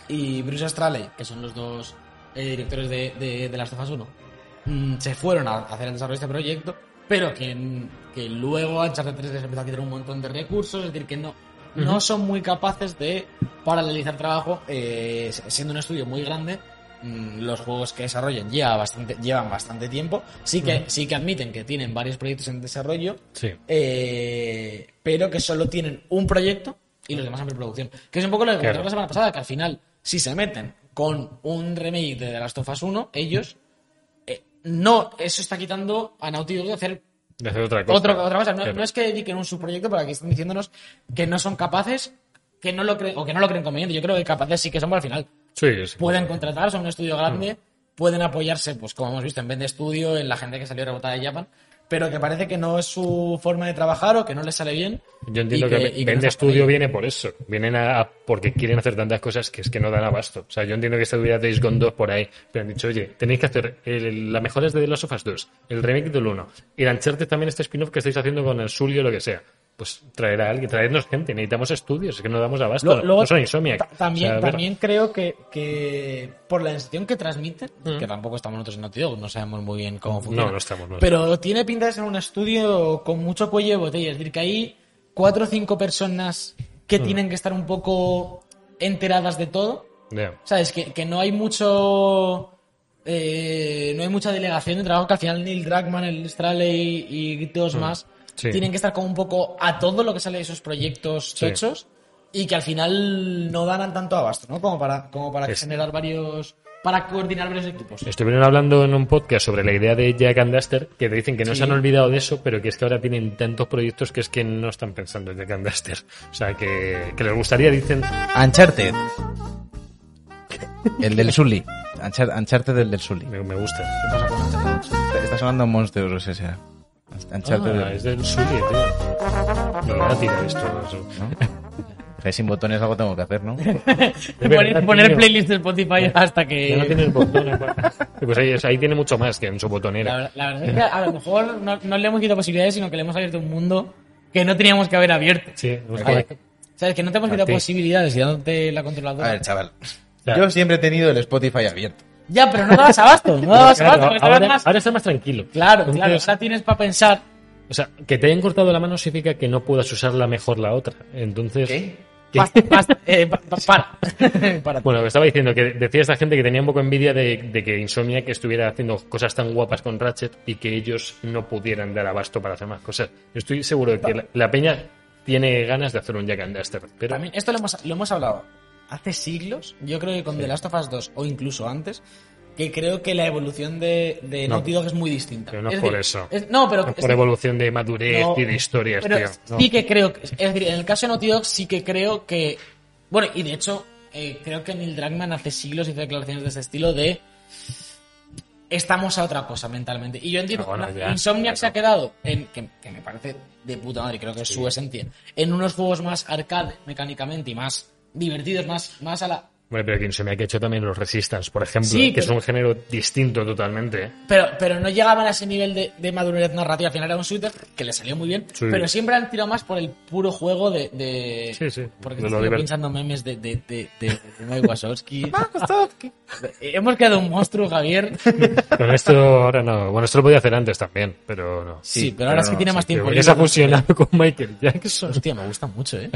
y Bruce Straley, que son los dos eh, directores de, de, de Last of Us 1, mm, se fueron a hacer el desarrollo de este proyecto, pero que, en- que luego Uncharted 3 les empezó a quitar un montón de recursos, es decir, que no, no son muy capaces de paralelizar trabajo, eh, siendo un estudio muy grande. mm, Los juegos que desarrollan lleva bastante, llevan bastante tiempo. Sí que, sí que admiten que tienen varios proyectos en desarrollo, Sí. eh, pero que solo tienen un proyecto y los demás en preproducción. Que es un poco lo que Claro. comentamos la semana pasada, que al final, si se meten con un remake de The Last of Us 1, ellos, eh, no, eso está quitando a Naughty Dog de hacer De hacer otra cosa. otro, otra cosa. No, Claro. no es que dediquen un subproyecto, pero aquí están diciéndonos que no son capaces, que no lo creen, o que no lo creen conveniente. Yo creo que capaces sí que son, pero al final Sí, sí. pueden contratar, son un estudio grande, Mm. pueden apoyarse, pues como hemos visto, en vez de estudio, en la gente que salió rebotada de Japan, pero que parece que no es su forma de trabajar o que no les sale bien. Yo entiendo y que, y no Vende están por Studio ahí. viene por eso. Vienen a, a- porque quieren hacer tantas cosas que es que no dan abasto. O sea, yo entiendo que esta hubiera Days Gone 2 por ahí. Pero han dicho, oye, tenéis que hacer el, el- las mejoras de The Last of Us 2, el remake del 1, el Uncharted también este spin-off que estáis haciendo con el Sulio o lo que sea. pues traer a alguien, traernos gente, necesitamos estudios, es que no damos abasto, Lo- no- luego no son ta- Insomniac. También, O sea, a ver, también creo que, que por la sensación que transmiten, Mm. que tampoco estamos nosotros en Naughty Dog, no sabemos muy bien cómo funciona. No, no estamos. no pero tiene pinta de ser un estudio con mucho cuello de botella. Es decir, que hay cuatro o cinco personas que Mm. tienen que estar un poco enteradas de todo. estamos. Ya. ¿Sabes? Que, que no hay mucho. eh, no hay mucha delegación de trabajo que al final Neil Druckmann, el Straley y todos Mm. más sí. tienen que estar como un poco a todo lo que sale de esos proyectos Sí. hechos y que al final no dan tanto abasto, ¿no? Como para, como para Es- generar varios. para coordinar varios equipos. Estuvieron hablando en un podcast sobre la idea de Jack and Duster, que te dicen que no Sí. se han olvidado de eso, pero que es que ahora tienen tantos proyectos que es que no están pensando en Jack and Duster. O sea, que, que les gustaría, dicen, Uncharted. El del Sully. Unchar- Uncharted del del Sully. me, me gusta. Está, está sonando Monster S.A. Uncharted Ah, del- es del Sully, tío. Lo van a tirar esto. eso. ¿no? Que sin botones algo tengo que hacer, ¿no? De verdad, Poner, poner tío. playlist de Spotify hasta que. Ya no tiene el botón. apa. Pues ahí, o sea, ahí tiene mucho más que en su La, botonera. ver- la verdad es que a lo mejor no, no le hemos quitado posibilidades, sino que le hemos abierto un mundo que no teníamos que haber abierto. Sí, hemos Oye, conectado. ¿Sabes? Que no te hemos quitado Martín. posibilidades y dándote la controladora. A ver, chaval. Ya. Yo siempre he tenido el Spotify abierto. Ya, pero no dabas abasto. No dabas Claro, abasto. porque estabas ahora, más- ahora está más tranquilo. Claro, Entonces, claro. Ahora tienes para pensar. O sea, que te hayan cortado la mano significa que no puedas usarla mejor la otra. Entonces. ¿Qué? que- Basta, basta, eh, pa- pa- para. Para. Bueno, lo que estaba diciendo, que decía esta gente que tenía un poco envidia de, de que Insomniac estuviera haciendo cosas tan guapas con Ratchet y que ellos no pudieran dar abasto para hacer más cosas. Estoy seguro de que la, la peña tiene ganas de hacer un Jack and Duster, pero También, esto lo hemos, lo hemos hablado hace siglos. Yo creo que con The Last of Us 2 o incluso antes. Que creo que la evolución de, de No. Naughty Dog es muy distinta. Pero no es por eso. es- no, pero. no es- por evolución de madurez No, y de historias, pero tío. No. Sí que creo, que- es decir, en el caso de Naughty Dog sí que creo que, bueno, y de hecho eh, creo que Neil Druckmann hace siglos hizo declaraciones de ese estilo de estamos a otra cosa mentalmente. Y yo entiendo, Ah, bueno, na- ya, Insomniac claro. se ha quedado en, que, que me parece de puta madre, creo que es su esencia, en unos juegos más arcade mecánicamente y más divertidos, más, más a la... Bueno, pero que Insomniac ha hecho también los Resistance, por ejemplo, eh, Sí, que es pero- un género distinto totalmente. ¿eh? Pero, pero no llegaban a ese nivel de, de madurez narrativa. Al final era un shooter que le salió muy bien. Sí. Pero siempre han tirado más por el puro juego de. de- Sí, sí. Porque De lo estoy divert- pensando memes de, de, de, de, de Mike Wazowski. Ah, Hemos creado un monstruo, Javier. Con esto ahora no. Bueno, esto lo podía hacer antes también, pero no. Sí, Sí, pero ahora pero sí que no, tiene más Pero tiempo. porque se ha libre. fusionado con Michael Jackson. Hostia, me gusta mucho, eh.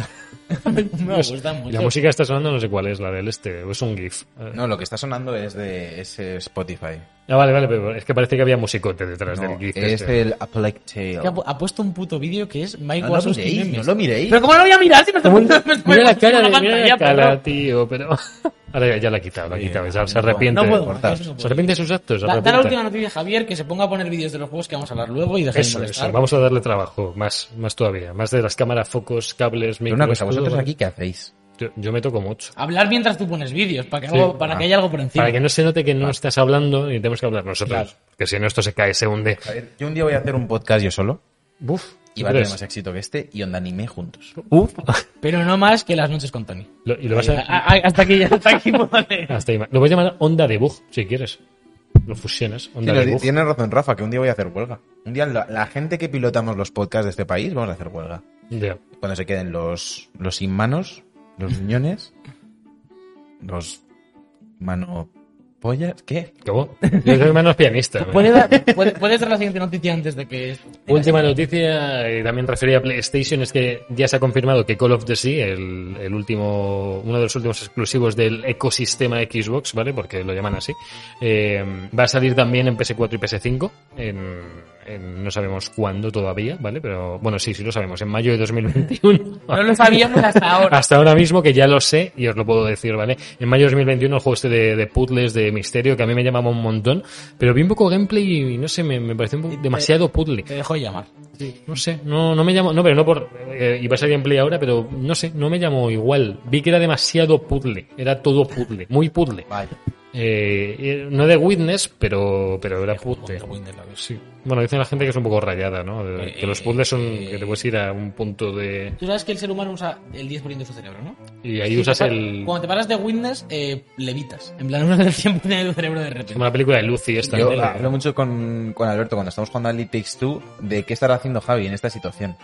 me gusta Y mucho. La música está sonando, no sé cuál es, la del este, o es un GIF. Eh, No, lo que está sonando es de ese Spotify. Ah, vale, vale, pero es que parece que había musicote detrás No, del GIF. es este. el A Plague Tale. Es que ha, pu- ha puesto un puto vídeo que es Mike No lo Wazowski miréis, memes. no lo miréis. Pero ¿cómo lo voy a mirar si me está poniendo me está Mira la poniendo cara, una de, mira la pantalla, cara, perro? tío, pero... Ahora ya, ya la ha quitado, la ha quitado, ya se no puedo, arrepiente. No puedo. Cortar. no puedo. Se arrepiente de sus actos, se Da, da la arrepiente. última noticia, Javier, que se ponga a poner vídeos de los juegos que vamos a hablar luego y dejar de Eso, molestar. eso, vamos a darle trabajo, más, más todavía. Más de las cámaras, focos, cables, Pero micros... una cosa, todo, vosotros ¿vale? aquí, ¿qué hacéis? Yo, yo me toco mucho. Hablar mientras tú pones vídeos, para que, Sí. algo- para Ah. que haya algo por encima. Para que no se note que no estás hablando y tenemos que hablar nosotros. Claro. Porque si no, esto se cae, se hunde. A ver, yo un día voy a hacer un podcast yo solo Buf. y ¿tú va a tener crees? más éxito que este y onda anime juntos. Uf. Pero no más que las noches con Tony. Eh, Lo- y lo vas a... A- a- hasta aquí, hasta aquí puedo leer. Hasta ahí va. Lo voy a llamar onda de bug, si quieres. Lo fusionas, onda de bug. tienes razón, Rafa, que un día voy a hacer huelga. Un día la, la gente que pilotamos los podcasts de este país vamos a hacer huelga. Ya. Cuando se queden los, los sin manos, los riñones, los mano pollas, ¿qué? ¿Cómo? Yo soy menos pianista. ¿no? ¿Puedes dar, puede- puedes dar la siguiente noticia antes de que... esto- ¿eh? Última noticia, eh, también referida a PlayStation, es que ya se ha confirmado que Call of the Sea, el, el último, uno de los últimos exclusivos del ecosistema Xbox, ¿vale? Porque lo llaman así, eh, va a salir también en PS4 y PS5, en, en- no sabemos cuándo todavía, ¿vale? Pero bueno, sí, sí lo sabemos, en mayo de 2021. No lo sabíamos hasta ahora. Hasta ahora mismo, que ya lo sé y os lo puedo decir, ¿vale? En mayo de 2021 el juego este de, de puzzles, de misterio, que a mí me llamaba un montón, pero vi un poco gameplay y no sé, me, me pareció un poco demasiado puzzle. Te dejo llamar. No sé, no, no me llamó, no, pero no por, eh, iba a ser gameplay ahora, pero no sé, no me llamó igual. Vi que era demasiado puzzle, era todo puzzle, muy puzzle. Vaya. Eh, eh, no de Witness, pero, pero era puzzle. Sí. Bueno, dicen la gente que es un poco rayada, ¿no? De- que los puzzles son, que te puedes ir a un punto de... Tú sabes que el ser humano usa el 10% de su cerebro, ¿no? Y ahí usas el... Cuando te paras de Windows, eh, levitas. En plan, usas el 100% de tu cerebro de repente. Como la película de Lucy esta. Yo ¿no? hablo mucho con, con Alberto cuando estamos jugando a Elite Takes Two de qué estará haciendo Javi en esta situación.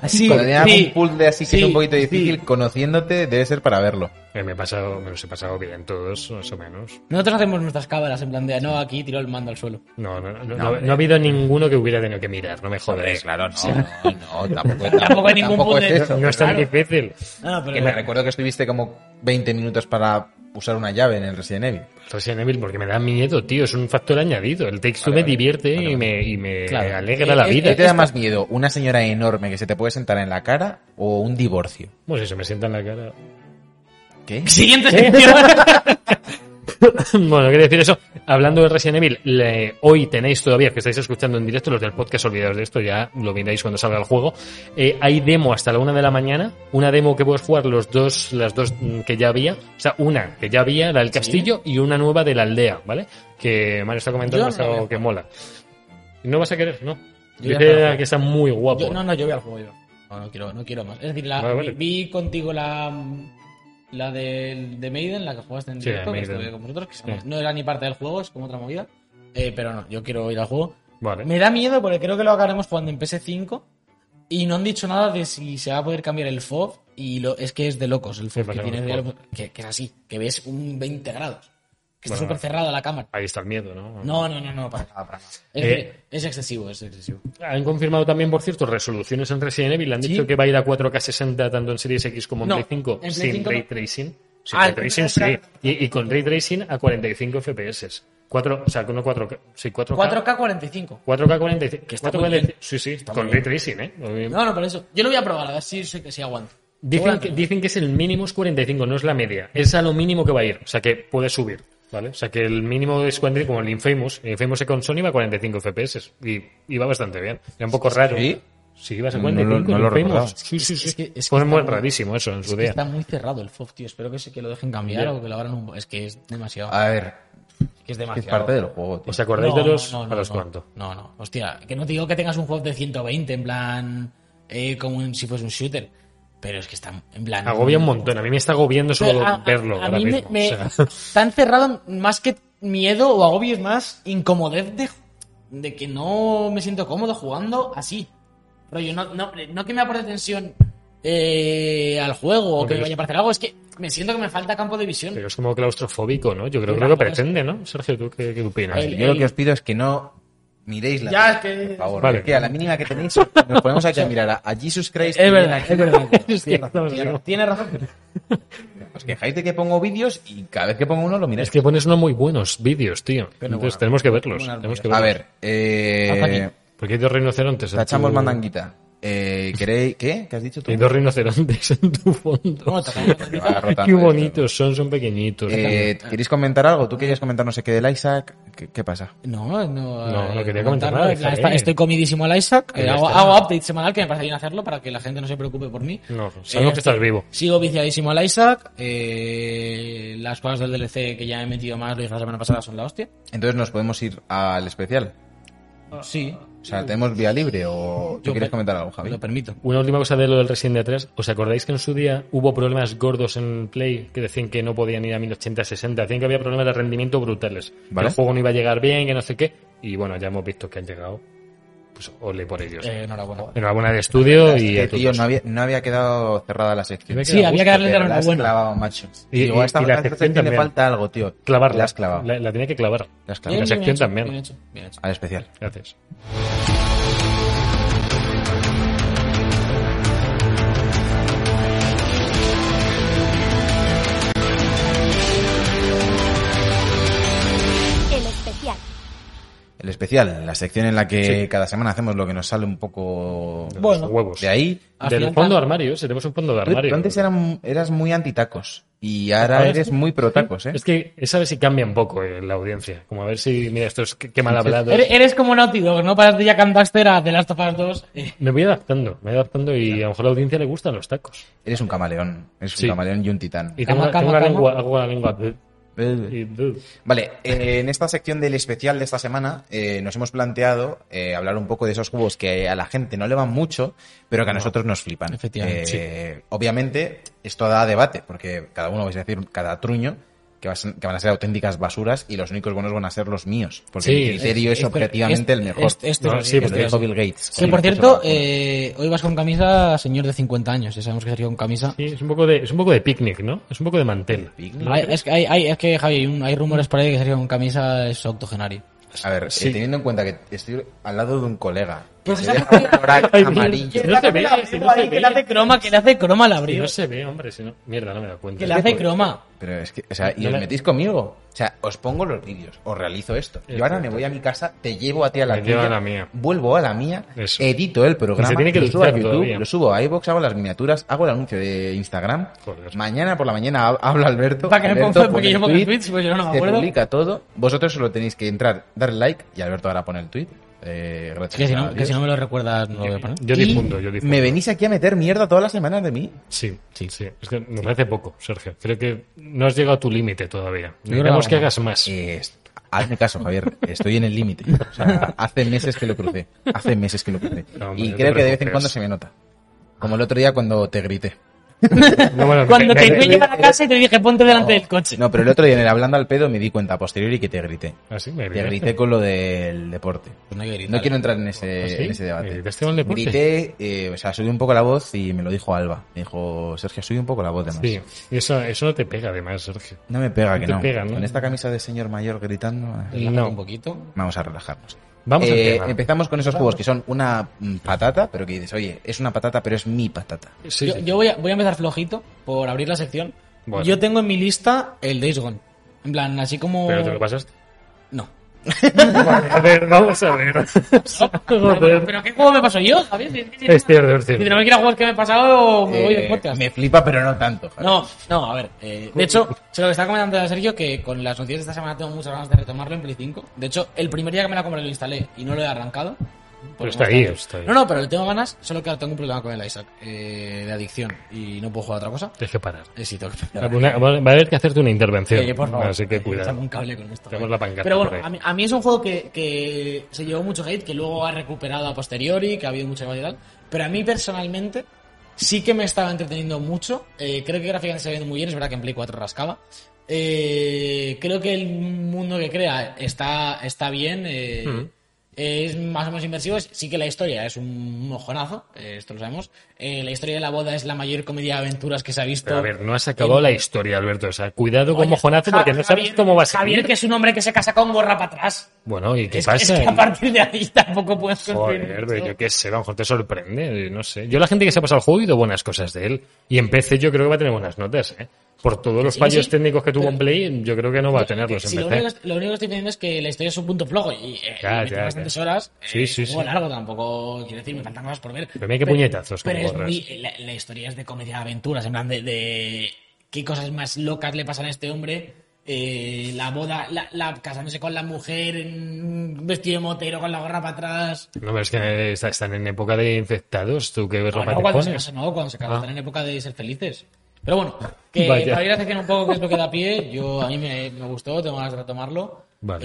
Así, Cuando tiene sí, algún puzzle de así que sí, es un poquito sí. difícil, conociéndote, debe ser para verlo. Eh, me, he pasado, me los he pasado bien todos, más o menos. Nosotros hacemos nuestras cábalas en plan de, no, aquí tiro el mando al suelo. No, no, no, no, hombre. no ha habido ninguno que hubiera tenido que mirar, no me jodas. claro, no, no, no, tampoco, Tampoco hay ningún tampoco es puzzle. eso. No es tan difícil. Ah, pero Que me recuerdo que estuviste como 20 minutos para usar una llave en el Resident Evil. Resident Evil, porque me da miedo, tío, es un factor añadido. El Takes Two Vale, me vale. divierte Vale, y me, y me Claro. alegra Eh, la eh, vida. ¿Qué te da Esta- más miedo? ¿Una señora enorme que se te puede sentar en la cara o un divorcio? Pues eso, me sienta en la cara. ¿Qué? Siguiente sección. bueno, quiero decir eso. Hablando de Resident Evil, le- hoy tenéis todavía, que estáis escuchando en directo, los del podcast olvidados de esto, ya lo miráis cuando salga el juego. Eh, hay demo hasta la una de la mañana, una demo que puedes jugar los dos, las dos mm, que ya había, o sea, una que ya había, la del castillo, y una nueva de la aldea, ¿vale? Que Mario está comentando Yo es no algo voy a que mola. No vas a querer, ¿no? Yo ya Dice no voy a- que está muy guapo. Yo- no, no, yo voy al juego yo. No, no quiero, no quiero más. Es decir, la, Vale, vale. vi vi contigo la la de, de Maiden, la que jugaste en Sí, directo, que Maiden. estuve con vosotros, que Sí. no era ni parte del juego, es como otra movida. Eh, pero no, yo quiero ir al juego. Vale. Me da miedo porque creo que lo acabaremos jugando en PS5 y no han dicho nada de si se va a poder cambiar el FOV y lo, es que es de locos el FOV que, pasa con tiene, el FOV? que, que es así, que ves un 20 grados, que está Bueno, súper cerrada la cámara. Ahí está el miedo, ¿no? No, no, no, no, para nada, para nada. Es, Eh. es excesivo, es excesivo. Han confirmado también, por cierto, resoluciones en Resident Evil. Han Sí. dicho que va a ir a 4K60 tanto en Series X como en No, Play 5 en Play sin 5 Ray no. Tracing. Sin Ah, Ray Tracing, sí. espera, espera. Y, y con Ray Tracing a 45 FPS. Cuatro, o sea, con 4K. Sí, 4K. 4K 45. 4K 45. Que está 4K muy bien. Sí, sí, Está con muy Ray bien. Tracing, ¿eh? Muy bien. No, no, por eso. Yo lo voy a probar, a ver si, si, si aguanto. Dicen que, Seguramente. dicen que es el mínimo es 45, no es la media. Es a lo mínimo que va a ir. O sea que puede subir. ¿Vale? O sea que el mínimo es 45, como el Infamous. El Infamous se Sony va a 45 FPS. Y, y va bastante bien. Era un poco raro. ¿Sí? Sí, va a ser No, no lo- 45. no el lo Infamous. recordaba. Sí, sí, sí. Es que- es que Fue está muy muy- rarísimo eso en Es su que día. está muy cerrado el FOV, tío. Espero que, se- que lo dejen cambiar Ya. o que lo abran un... Es que es demasiado. Ah, A ver, es que es que demasiado. es parte del juego, tío. ¿Os acordáis No, de los, no, no, a los no, cuánto? No, no. Hostia, que no te digo que tengas un juego de 120, en plan... eh, como un- si fuese un shooter. Pero es que está en plan... Agobia un montón. A mí me está agobiando Pero solo a- a- verlo. a ahora mí me- mismo. me- O sea, tan cerrado más que miedo o agobio es más incomodez de, de que no me siento cómodo jugando así. Rollo, no, no, no que me aporte tensión eh, al juego No, o que pero me vaya a es- parecer algo, es que me siento que me falta campo de visión. pero es como claustrofóbico, ¿no? Yo creo que lo Tampoco que es- pretende, ¿no? Sergio, ¿tú qué, qué opinas? El- Yo lo que os pido es que no miréis la Ya, es que- por favor. Vale. Es que a la mínima que tenéis, nos ponemos aquí a mirar a, a Jesus Christ. Es verdad, Aquí. es verdad. Es que estamos Tiene como- razón, tiene razón. Os quejáis de que pongo vídeos y cada vez que pongo uno lo miráis. Es que pones unos muy buenos vídeos, tío. Pero Entonces bueno, tenemos que verlos. una Tenemos que A verlos. ver, Hasta eh, aquí. Porque hay dos rinocerontes. en tachamos tu- mandanguita. Eh, ¿queréis, ¿Qué? ¿Qué has dicho tú? Hay dos rinocerontes en tu fondo. No, tampoco- Que va rotando Qué esto, bonitos son, son pequeñitos. Eh, ¿Queréis comentar algo? ¿Tú querías comentar no sé qué del Isaac? ¿Qué, qué pasa? No, no, No, eh, no quería comentar nada, contarlo. deja Está- ahí. estoy comidísimo al Isaac. eh, Ya hago, está. hago update semanal, que me parece bien hacerlo para que la gente no se preocupe por mí. Eh, No, sabemos que estás vivo. Sigo viciadísimo al Isaac. eh, las cosas del DLC que ya he metido más, lo dije la semana pasada, son la hostia. Entonces nos podemos ir al especial. Sí, O sea, ¿tenemos vía libre o tú Yo quieres per- comentar algo, Ah, Javi? lo permito. Una última cosa de lo del Resident Evil 3. ¿Os acordáis que en su día hubo problemas gordos en Play que decían que no podían ir a 1080, 60? Decían que había problemas de rendimiento brutales. que Vale. el juego no iba a llegar bien, que no sé qué. Y bueno, ya hemos visto que han llegado. Pues ole por ellos. Eh, enhorabuena. Enhorabuena de estudio y Eh, a tío, todos. no había, no había quedado cerrada la sección. Sí, había que darle Pero la la has enhorabuena. clavado, macho. Y- Digo, y- a esta, y la a esta sección sección le también. falta algo, tío. Clavarla. La has clavado. La, la tenía que clavar. La has Y clavado. la sección hecho, también. bien hecho, bien hecho. Al especial. Gracias. El especial. El especial, la sección en la que cada semana hacemos lo que nos sale un poco Bueno. Ah, Los huevos. de ahí. Al Del final- fondo de armario, si tenemos un fondo de Tú, armario. tú antes eran- eras muy antitacos y ahora Ahora eres muy protacos, ¿eh? Es que esa vez sí cambia un poco eh, la audiencia. Como a ver si, mira, esto es qué, qué mal hablado. Eres, eres como Naughty Dog, ¿no? Para ya cantaste a The Last of Us 2. eh, Me voy adaptando, me voy adaptando y a lo mejor a la audiencia le gustan los tacos. Eres un camaleón. Eres un Sí. camaleón y un titán. Y Cama, tengo, cama, tengo la cama. lengua, hago la lengua. Eh, y- y- Vale, eh, en esta sección del especial de esta semana eh, nos hemos planteado eh, hablar un poco de esos juegos que a la gente no le van mucho, pero que a nosotros nos flipan. Efectivamente, Eh, Obviamente, esto da debate, porque cada uno vais a decir cada truño, que, vas- que van a ser auténticas basuras y los únicos buenos van a ser los míos. Porque Sí. mi criterio es, Este- objetivamente este- el mejor. este- esto No, es así, sí, esto Lo porque es dijo así. Bill Gates. pues con Que por una cosa cierto, vacuna. eh, hoy vas con camisa señor de 50 años. Ya sabemos que sería con camisa. Sí, es un poco de, es un poco de picnic, ¿no? Es un poco de mantel. Hay- es, que hay, hay- es que, Javi, hay, un- hay rumores por ahí que sería con camisa es octogenario. A ver, eh, Sí. teniendo en cuenta que estoy al lado de un colega. Pero que que se sabe- deja un frac Ay, mira, amarillo. que no se ve, si no se Que le hace ve. croma, que le hace croma al Si abrigo. no se ve, hombre, si no. Mierda, no me da cuenta. Que le hace croma. Pero es que, o sea, y No os le- metéis conmigo. O sea, os pongo los vídeos, os realizo esto. Yo ahora me voy a mi casa, te llevo a ti a la Me tuya, llevo a la mía. vuelvo a la mía, Eso. edito el programa, Y se tiene que lo subo a editar YouTube, todavía. lo subo a iVoox, hago las miniaturas, hago el anuncio de Instagram. Joder. Mañana por la mañana hab- habla Alberto. Para que me Alberto ponga- pone porque yo el ponga tweet, tweets, pues yo no me se acuerdo. publica todo. Vosotros solo tenéis que entrar, darle like y Alberto ahora pone el tweet. Eh, gracias. Es que si no, a que si Dios. no me lo recuerdas, no lo voy a poner. Yo Y difundo, yo difundo. Me venís aquí a meter mierda todas las semanas de mí. Sí, sí, sí. Es que me parece poco, Sergio. Creo que no has llegado a tu límite todavía. creo que Necesitamos que hago hagas más. Eh, est- hazme caso, Javier. Estoy en el límite. O sea, hace meses que lo crucé. Hace meses que lo crucé. No, hombre, y no te creo que de vez en preocupes. cuando se me nota. Como el otro día cuando te grité. No, bueno, Cuando me- te me- fui a llevar a casa y te dije, ponte delante del coche. No, pero el otro día en el hablando al pedo me di cuenta a posteriori que te grité. Ah, sí, me Te gritaste. grité con lo del deporte. Pues no hay que gritar. No quiero entrar en ¿Ah, ese, sí? en ese debate. ¿Me gritaste con el deporte? Grité, eh, o sea, subí un poco la voz y me lo dijo Alba. Me dijo, Sergio, subí un poco la voz de más. Sí, y eso, eso no te pega además, Sergio. No me pega, No que te no. pega, ¿no? Con esta camisa de señor mayor gritando. eh, Relájate No. un poquito. Vamos a relajarnos. Vamos al Eh, tema. Empezamos con esos juegos que son una mm, patata, pero que dices, oye, es una patata, pero es mi patata. Sí, yo sí. yo voy, a, voy a empezar flojito por abrir la sección. Bueno. Yo tengo en mi lista el Days Gone. En plan, así como. Pero te lo pasaste. No. Vale, a ver, vamos a ver. Pero, pero- Joder. pero ¿qué juego me pasó yo, Javier? Si- si- si- Es cierto, es Si cierto. no me quiero jugar que me he pasado, me voy Eh, del podcast. me flipa, pero no tanto. joder. No, no, a ver. eh, de hecho, se lo que estaba comentando a Sergio que con las noticias de esta semana tengo muchas ganas de retomarlo en Play 5. De hecho, el primer día que me la compré lo instalé y no lo he arrancado. Pero Porque está no ahí, está ahí. No, no, pero le tengo ganas, solo que ahora tengo un problema con el Isaac eh, de adicción y no puedo jugar a otra cosa. Tienes que parar. Eh, sí, tengo que Alguna- va a haber que hacerte una intervención. Oye, Eh, por favor, eh, así que échame cuidado. un cable con esto. Tenemos eh. la pancarta Pero por ahí. bueno, a mí, a mí es un juego que, que se llevó mucho hate, que luego ha recuperado a posteriori, que ha habido mucha variedad. Pero a mí personalmente sí que me estaba entreteniendo mucho. Eh, creo que gráficamente se ve muy bien, es verdad que en Play 4 rascaba. Eh, creo que el mundo que crea está, está bien. eh, Mm. Es más o menos inmersivo. Es- Sí que la historia es un mojonazo, eh, esto lo sabemos. Eh, la historia de la boda es la mayor comedia de aventuras que se ha visto. Pero a ver, no has acabado la historia, Alberto. O sea, cuidado con mojonazo porque no sabes Javier- cómo va a salir. Javier, que es un hombre que se casa con gorra para atrás. Bueno, ¿y qué es, pasa? es que a partir de ahí tampoco puedes construir. Joder, mucho. pero yo qué sé, a lo mejor te sorprende, no sé. Yo la gente que se ha pasado el juego he oído buenas cosas de él. Y en PC yo creo que va a tener buenas notas, ¿eh? Por todos los sí, fallos sí. técnicos que tuvo Pero- en Play, yo creo que no va a tenerlos Sí, en lo, PC. único, lo único que estoy diciendo es que la historia es un punto flojo y eh, Ya, mete ya, bastantes ya. horas. Sí, eh, sí, es un juego sí. largo tampoco, quiero decir, me faltan cosas por ver. Pero mira qué puñetazos que Pero es borras. muy- la, la historia es de comedia de aventuras, en plan de, de qué cosas más locas le pasan a este hombre. eh, la boda, la, la- casándose con la mujer, en vestido de motero con la gorra para atrás. No, pero es que está- están en época de infectados, tú que ves No, ropa no, te cuando se pones? casan, no, cuando se casan, Ah. están en época de ser felices. Pero bueno, que Vaya. para ir a sección un poco que es lo que da pie, yo a mí me, me gustó, tengo ganas de retomarlo. Vale.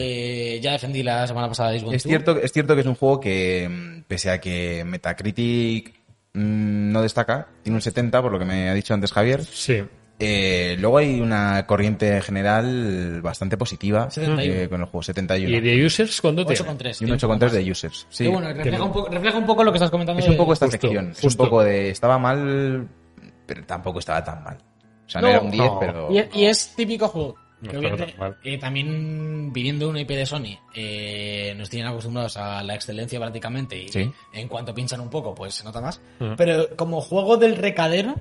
Eh, ya defendí la semana pasada Days Gone Es Two. cierto, es cierto que es un juego que, mm, pese a que Metacritic mm, no destaca, tiene un 70, por lo que me ha dicho antes Javier. Sí. eh, luego hay una corriente general bastante positiva 71. eh, con el juego, ¿Y 71. de users cuándo te 8,3. Y un 8,3 de users. Sí. Que bueno, refleja un, poco, refleja un poco lo que estás comentando. Es un de- poco esta Justo, sección. Es un justo. poco de. Estaba mal, pero tampoco estaba tan mal. O sea, no, No, era un 10, no. pero. Y, es- y es típico juego. No que está obviamente, tan mal. eh, también viniendo de una IP de Sony, eh, nos tienen acostumbrados a la excelencia prácticamente y Sí. en cuanto pinchan un poco, pues se nota más. Ujú. Pero como juego del recadero,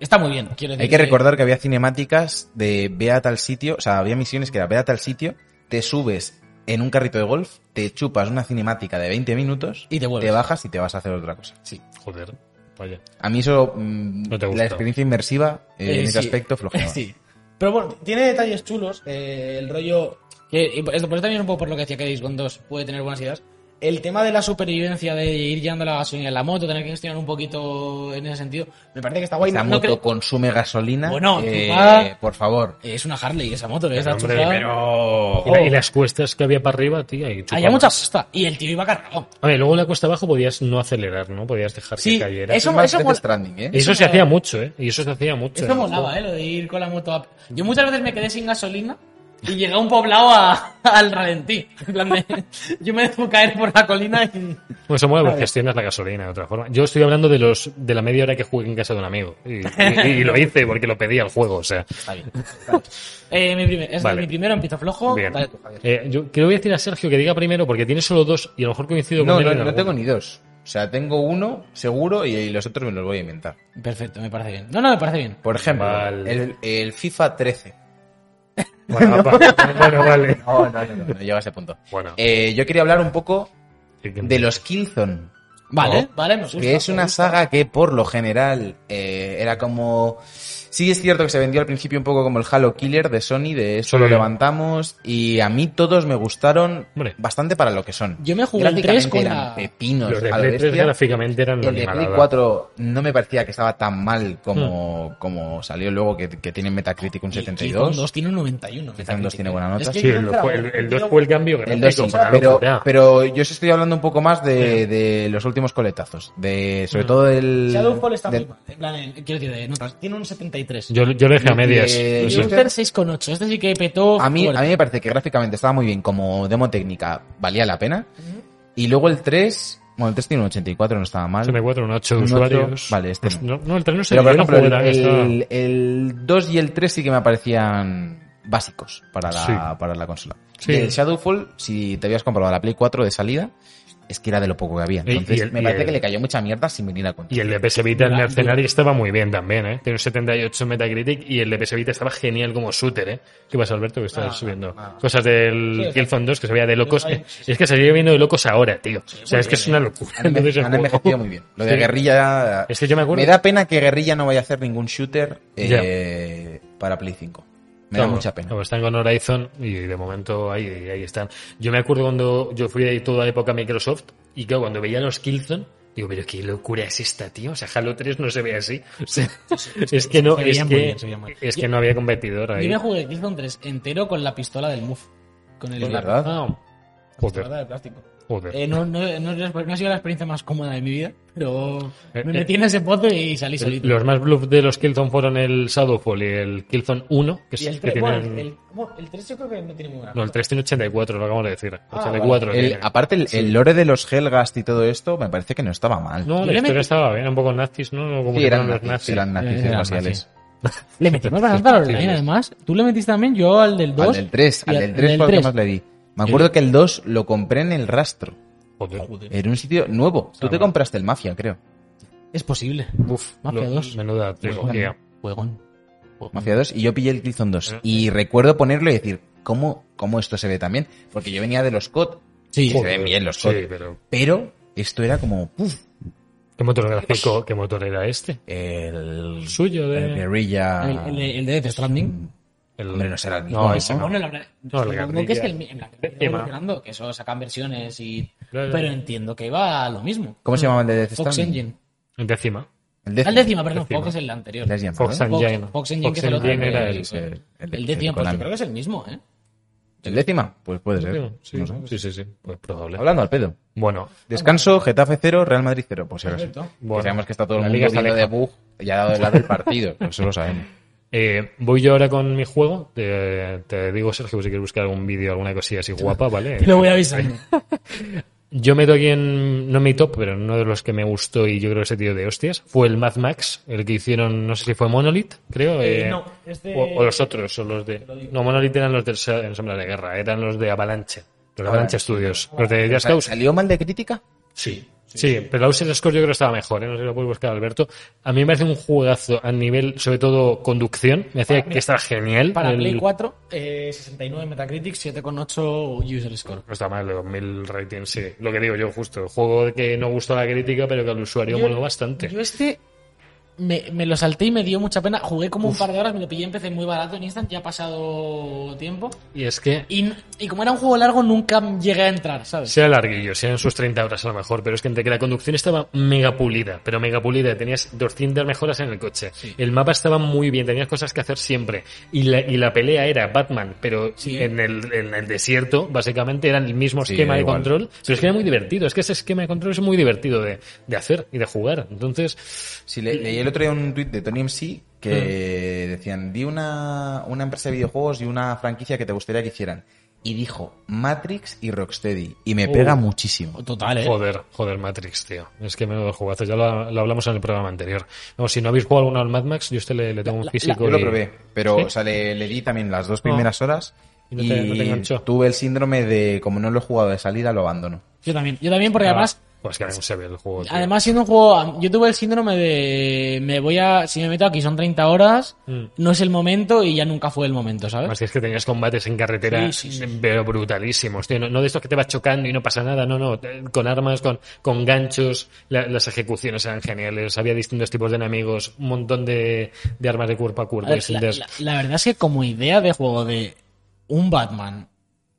está muy bien. Quiero decir Hay que recordar que había cinemáticas de ve a tal sitio, o sea, había misiones que era ve a tal sitio, te subes en un carrito de golf, te chupas una cinemática de 20 minutos Y te vuelves. bajas y te vas a hacer otra cosa. Sí. Joder, vaya. A mí eso, mm, No te gusta. la experiencia inmersiva eh, Eh, en ese sí. aspecto flojeaba. Sí. Pero bueno, tiene detalles chulos. eh, el rollo. Que, y por eso por eso también un poco por lo que decía que Days Gone 2 puede tener buenas ideas. El tema de la supervivencia, de ir llevando la gasolina en la moto, tener que gestionar un poquito en ese sentido, me parece que está guay. Esta No moto creo- consume gasolina. Bueno, eh, va- por favor. Es una Harley esa moto, ¿eh? Está Hombre, chuzada. Oh. pero- Y, la- y las cuestas que había para arriba, tío. y chupaba. Había mucha pasta. Y el tío iba cargado. A ver, luego en la cuesta abajo podías no acelerar, ¿no? Podías dejar Sí, que cayera. eso- Es más eso Death mola. Stranding, ¿eh? Eso eso se me- hacía mucho, ¿eh? Y eso se hacía mucho. Esto ¿no? molaba, ¿eh? Lo de ir con la moto a... Yo muchas veces me quedé sin gasolina y llegué a un poblado a- al ralentí. En plan de- Yo me dejo caer por la colina y... Bueno, eso mola porque gestionas la gasolina de otra forma. Yo estoy hablando de los de la media hora que jugué en casa de un amigo. Y, y- y lo hice porque lo pedía el juego, o sea. Está bien. está bien. Eh, mi, primer- es Vale. mi primero, empiezo Oh, flojo. Bien. Dale tú, Javier. Eh, yo creo que voy a decir a Sergio que diga primero porque tiene solo dos y a lo mejor coincido con No, él. no, en no alguno. tengo ni dos. O sea, tengo uno seguro y, y los otros me los voy a inventar. Perfecto, me parece bien. No, no, me parece bien. Por ejemplo, Vale. el, el FIFA 13. Bueno, apa. bueno, vale. No, no, no, no, no llega a ese punto. Bueno. Eh, yo quería hablar un poco Sí que- de los Killzone. Vale, Oh. vale, me gusta. Que es me una gusta. saga que por lo general eh, era como... Sí es cierto que se vendió al principio un poco como el Halo Killer de Sony, de eso Sí. lo levantamos y a mí todos me gustaron Hombre. bastante para lo que son. Yo me jugué el 3 Gráficamente con eran la... pepinos Los de a lo Play 3 bestia. gráficamente eran la El de Play animalada. 4 no me parecía que estaba tan mal como, como salió luego, que, que tiene Metacritic un Hmm. y- y con 72. dos tiene un 91. Quizá un dos tiene buena nota. Es que Sí, yo el, creo que el, la- el 2 fue el cambio El gráfico. dos sí, fue una pero, locura. pero yo os estoy hablando un poco más de, de los últimos coletazos, de sobre Hmm. todo del... Shadowfall está del- muy mal. En plan, eh, quiero decir, de notas. Tiene un 73. Yo, yo lo dejé a medias. Eh, no y sé. yo- Luther 6,8. Este sí que petó. A mí, fuerte. a mí me parece que gráficamente estaba muy bien, como demo técnica valía la pena. Y luego el 3, bueno, el 3 tiene un 84, no estaba mal. 84, un 8 Un ocho, usuarios. vale, este No, no, el tren no se Pero por yo no ejemplo, jugué el, la- estaba- el, 2 y el 3 sí que me parecían básicos para la, Sí. para la consola. Sí. Y el Shadowfall, si te habías comprado la Play 4 de salida, es que era de lo poco que había. Y- y Entonces, el- me y parece el- que le cayó mucha mierda sin venir a cuenta. Y el de PS Vita, el Mira, Mercenary, estaba muy bien también, ¿eh? Tiene un 78 Metacritic y el de PS Vita estaba genial como shooter, ¿eh? ¿Qué pasa, Alberto? Que estás Ah, subiendo ah. cosas del Sí, sí. Killzone 2 que se veía de locos. Sí, sí. Es que se sigue viendo de locos ahora, tío. o sea, muy es que bien, eh. es una locura. Han, enve- Entonces, el han juego- envejecido muy bien. Lo de Sí. Guerrilla... Es que yo me acuerdo. Me da pena que Guerrilla no vaya a hacer ningún shooter eh, para Play 5. Me da Claro, mucha pena. claro, están con Horizon y de momento ahí, ahí están. Yo me acuerdo cuando yo fui de toda época a Microsoft y claro, cuando veía los Killzone, digo, pero qué locura es esta, tío. O sea, Halo 3 no se ve así. O sea, es que no, se es veía muy que, bien, se veía muy bien. es que no había competidor Yo ahí. Ah, me jugué Killzone 3 entero con la pistola del MUF. Con el Es la verdad. Ah, pistola joder, de plástico. joder. Eh, no, no, no, no ha sido la experiencia más cómoda de mi vida, pero Eh, me eh. metí en ese pozo y salí solito. Los más bluff de los Killzone fueron el Shadowfall y el Killzone 1, que, y es el que 3, bueno, tienen- el, bueno, el 3 yo creo que no tiene muy buena. No, el 3 tiene 84, lo acabamos de decir. Ah, 84. El- tiene. aparte, el, el lore de los Helgast y todo esto me parece que no estaba mal. no, yo la le historia metí- estaba bien, un poco nazis, ¿no? Como Sí, que eran fueron los nazis, eran nazis Eran nazis. raciales. Le metimos bastante al online, Sí. además. Tú le metiste también, yo al del 2. Al del 3, y al del 3 fue al que más le di. Me acuerdo que el 2 lo compré en el rastro. Joder. Joder, Era un sitio nuevo. Tú te bueno. compraste el Mafia, creo. Es posible. Uf, Mafia lo- 2. Menuda trilogía. Juegón. Mafia 2 y yo pillé el Killzone 2. Y recuerdo ponerlo y decir, ¿cómo, cómo esto se ve también? Porque yo venía de los COD. Sí, se ven bien los Sí, coches. pero Pero esto era como, puf, ¿qué motor gráfico, qué motor era este? el... El suyo de... el guerrilla... El, el, el de Death Stranding. el- Hombre, no será Eh, el mismo, No, ¿no? ese no. Bueno, la verdad, No, el supongo que es que el, en la que Encima. evolucionando, que eso sacan versiones y... Claro, Pero claro. entiendo que va a lo mismo. ¿Cómo se llamaba el de Death Fox Stranding? Engine. El de encima. El Al décima, perdón, Décima. Fox es el anterior. El Legend, Fox perdón. Fox- Engine. Fox Engine, que es el otro. Engine era el... Sí, sí. El- el de- el El décima, de pues yo Konami. creo que es el mismo, ¿eh? ¿El décima? Pues puede ser. Sí, No sé. sí, sí, sí, pues probable. Hablando al pedo. Bueno, Descanso, Getafe 0, Real Madrid 0, por si acaso. Perfecto. Que Bueno, sabemos que está todo el la mundo liga está viendo de lejos. bug y ha dado el lado del partido, pero eso lo sabemos. eh, voy yo ahora con mi juego. Te, te digo, Sergio, si quieres buscar algún vídeo, alguna cosilla así guapa, ¿vale? Te lo voy avisando. Yo meto aquí en, no en mi top, pero en uno de los que me gustó y yo creo que ese tío de hostias, fue el Mad Max, el que hicieron, no sé si fue Monolith, creo. Eh, eh, no, este- o, o los otros, o los de... No, Monolith eran los del Sa- en Sombra de Guerra, eran los de Avalanche, los de Avalanche Avalanche. Studios, los de Just Cause. ¿Salió mal de crítica? Sí. Sí, pero la Outer Score yo creo que estaba mejor, ¿eh? no sé si lo puedes buscar, Alberto. A mí me parece un juegazo a nivel, sobre todo, conducción. Me decía que estaba genial. Para el- Play 4, eh, 69 Metacritic, 7,8 User Score. No está mal, los 1000 ratings, sí. Lo que digo yo, justo. Juego que no gustó a la crítica, pero que al usuario moló bastante. Yo este me, me lo salté y me dio mucha pena. Jugué como un par de horas, me lo pillé, empecé muy barato en Instant, ya ha pasado tiempo. Y es que Y, y como era un juego largo, nunca llegué a entrar, ¿sabes? Sea larguillo, sean sus 30 horas a lo mejor, pero es que entre que la conducción estaba mega pulida, pero mega pulida, tenías 200 mejoras en el coche, el mapa estaba muy bien, tenías cosas que hacer siempre, y la, y la pelea era Batman, pero Sí. en, el, en el desierto, básicamente, era el mismo Sí, esquema era de igual. control, pero es que era muy divertido, es que ese esquema de control es muy divertido de, de hacer y de jugar, entonces, Sí, le- leí el otro día un tuit de Tony MC que decían, di una, una empresa de videojuegos y una franquicia que te gustaría que hicieran. Y dijo Matrix y Rocksteady. Y Oh. me pega muchísimo. Total, ¿eh? joder, joder Matrix, tío, es que menudo jugazo, ya lo, lo hablamos en el programa anterior. No, si no habéis jugado alguno al Mad Max, yo a usted le, le tengo un físico. Yo lo y- probé, pero ¿Sí? Ah. o sea, le, le di también las dos primeras horas Y no te- no te enganchó. tuve el síndrome de, como no lo he jugado de salida, lo abandono. Yo también, yo también, porque además, Pues que aún se ve el juego. tío. además siendo un juego, yo tuve el síndrome de, me voy a, si me meto aquí son 30 horas, Mm. no es el momento y ya nunca fue el momento, ¿sabes? Más que es que tenías combates en carretera, ¿eh? Sí, sí, sí. pero brutalísimos, tío. No, no de estos que te vas chocando y no pasa nada, no, no. te- Con armas, con, con ganchos, la- las ejecuciones eran geniales. Había distintos tipos de enemigos, un montón de, de armas de cuerpo a cuerpo. A ver, la, distintas- la- la verdad es que como idea de juego de un Batman,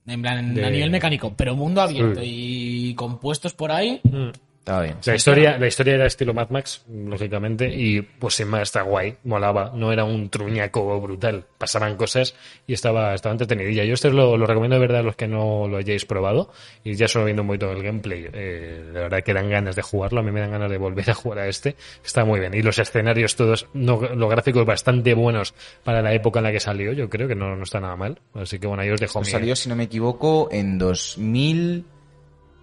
en plan, De- a nivel mecánico, pero mundo abierto y compuestos por ahí, Mm. Estaba bien. La historia, la historia era estilo Mad Max, lógicamente, y pues sin más está guay, molaba, no era un truñaco brutal, pasaban cosas y estaba, estaba entretenidilla. Yo esto lo, lo recomiendo de verdad a los que no lo hayáis probado, y ya solo viendo muy todo el gameplay, eh, la verdad que dan ganas de jugarlo, a mí me dan ganas de volver a jugar a este, está muy bien. Y los escenarios todos, no, los gráficos bastante buenos para la época en la que salió, yo creo que no, no está nada mal, así que bueno, ahí os dejo mi- Pues Salió, si no me equivoco, en 2000...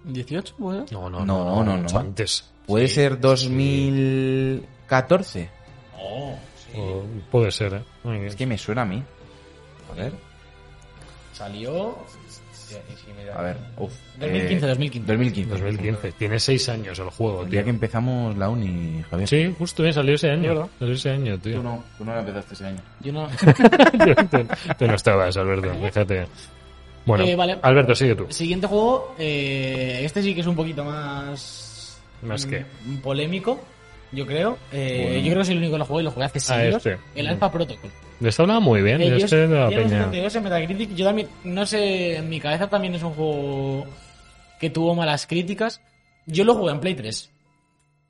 18, bueno. No, no, no, No, no, no, no. mucho antes. Puede Sí, ser sí. 2014. O- puede ser, ¿eh? Muy bien. Es que me suena a mí. A ver, Salió... a ver. Uf, 2015, Eh, 2015. 2015. 2015. Tiene seis años el juego, El tío. día que empezamos la uni, Javier. Sí, justo, eh, salió ese año. ¿Verdad? Salió ese año, Tú tío. no, tú no la empezaste ese año. Yo no- eh, tú, tú no estabas, Alberto, fíjate. Bueno, Eh, vale. Alberto, sigue tú. Siguiente juego, eh, este sí que es un poquito más... Más mm, qué. Polémico, yo creo. Eh, Bueno. Yo creo que soy el único que lo jugué y lo jugué hace Ah, siglos. este. El Alpha Protocol. De esta hablaba muy bien, Eh, de yo este de la tiene un peña. 72 en Metacritic. Yo también, no sé, en mi cabeza también es un juego que tuvo malas críticas. Yo lo jugué en Play 3.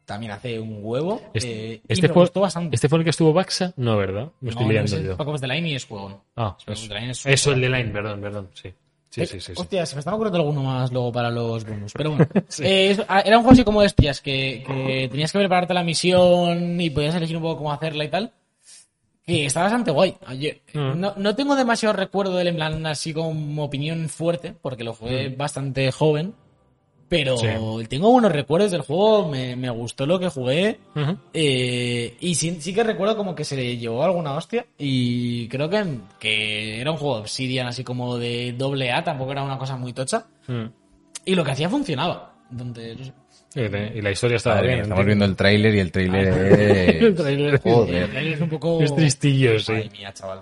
También hace un huevo. Este, eh, y este me fue, gustó bastante. ¿Este fue el que estuvo Baxa? No, ¿verdad? Me estoy No, no, liando ese es yo. Paco de Line y es juego. Ah, Paco eso. de Line es un Eso, el juego. de Line, perdón, perdón. Sí, sí, Eh, sí. sí, sí. Hostia, se me estaba ocurriendo alguno más luego para los bonus. Pero bueno, Eh, es- ah, era un juego así como de espías, que, que tenías que prepararte la misión y podías elegir un poco cómo hacerla y tal. Que está bastante guay. Oye, Mm. no, no tengo demasiado recuerdo del en plan así como opinión fuerte, porque lo jugué bastante joven. Pero Mm. Sí. tengo buenos recuerdos del juego, me, me gustó lo que jugué. Ujú. Eh, y sí, sí que recuerdo como que se le llevó alguna hostia. Y creo que, que era un juego de Obsidian, así como de doble A, tampoco era una cosa muy tocha. Mm. Y lo que hacía funcionaba. Entonces, no sé. Y de- y la historia estaba Madre mía, bien. Ah. estamos tío. viendo el tráiler y el tráiler es... El tráiler. Joder. eh, es un poco. Es tristillo, sí. Madre mía, chaval.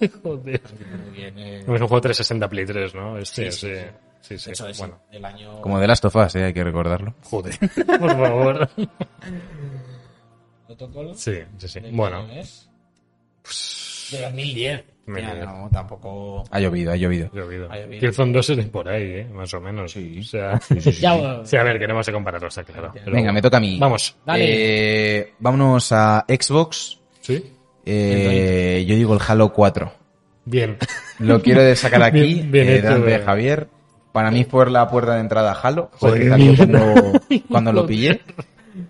Eh, Joder. Muy bien, eh. Es un juego 360 Play 3, ¿no? Este, sí, sí. sí, sí. Eso es, Bueno, el año. Como de Last of Us, eh, hay que recordarlo. joder. Por favor. protocolo. Sí, sí, sí. ¿De qué Bueno, Pues, año es? De 2010. Me Ya, quedo. no, tampoco. Ha llovido, ha llovido. yo he oído. Ahí viene. Killzone 2 es de por ahí, ¿eh? Más o menos. Sí. O sea, Ya, bueno, sí, a ver, que no vamos a compararlo, está claro. Pero- Venga, me toca a mí. Vamos. Dale. Eh, vámonos a Xbox. ¿Sí? Eh, yo digo el Halo 4. Bien. Lo quiero de sacar aquí, Bien, bien eh, hecho, delante de eh. Javier. Para mí fue la puerta de entrada a Halo, Joder, porque salió mierda. cuando, cuando lo pillé.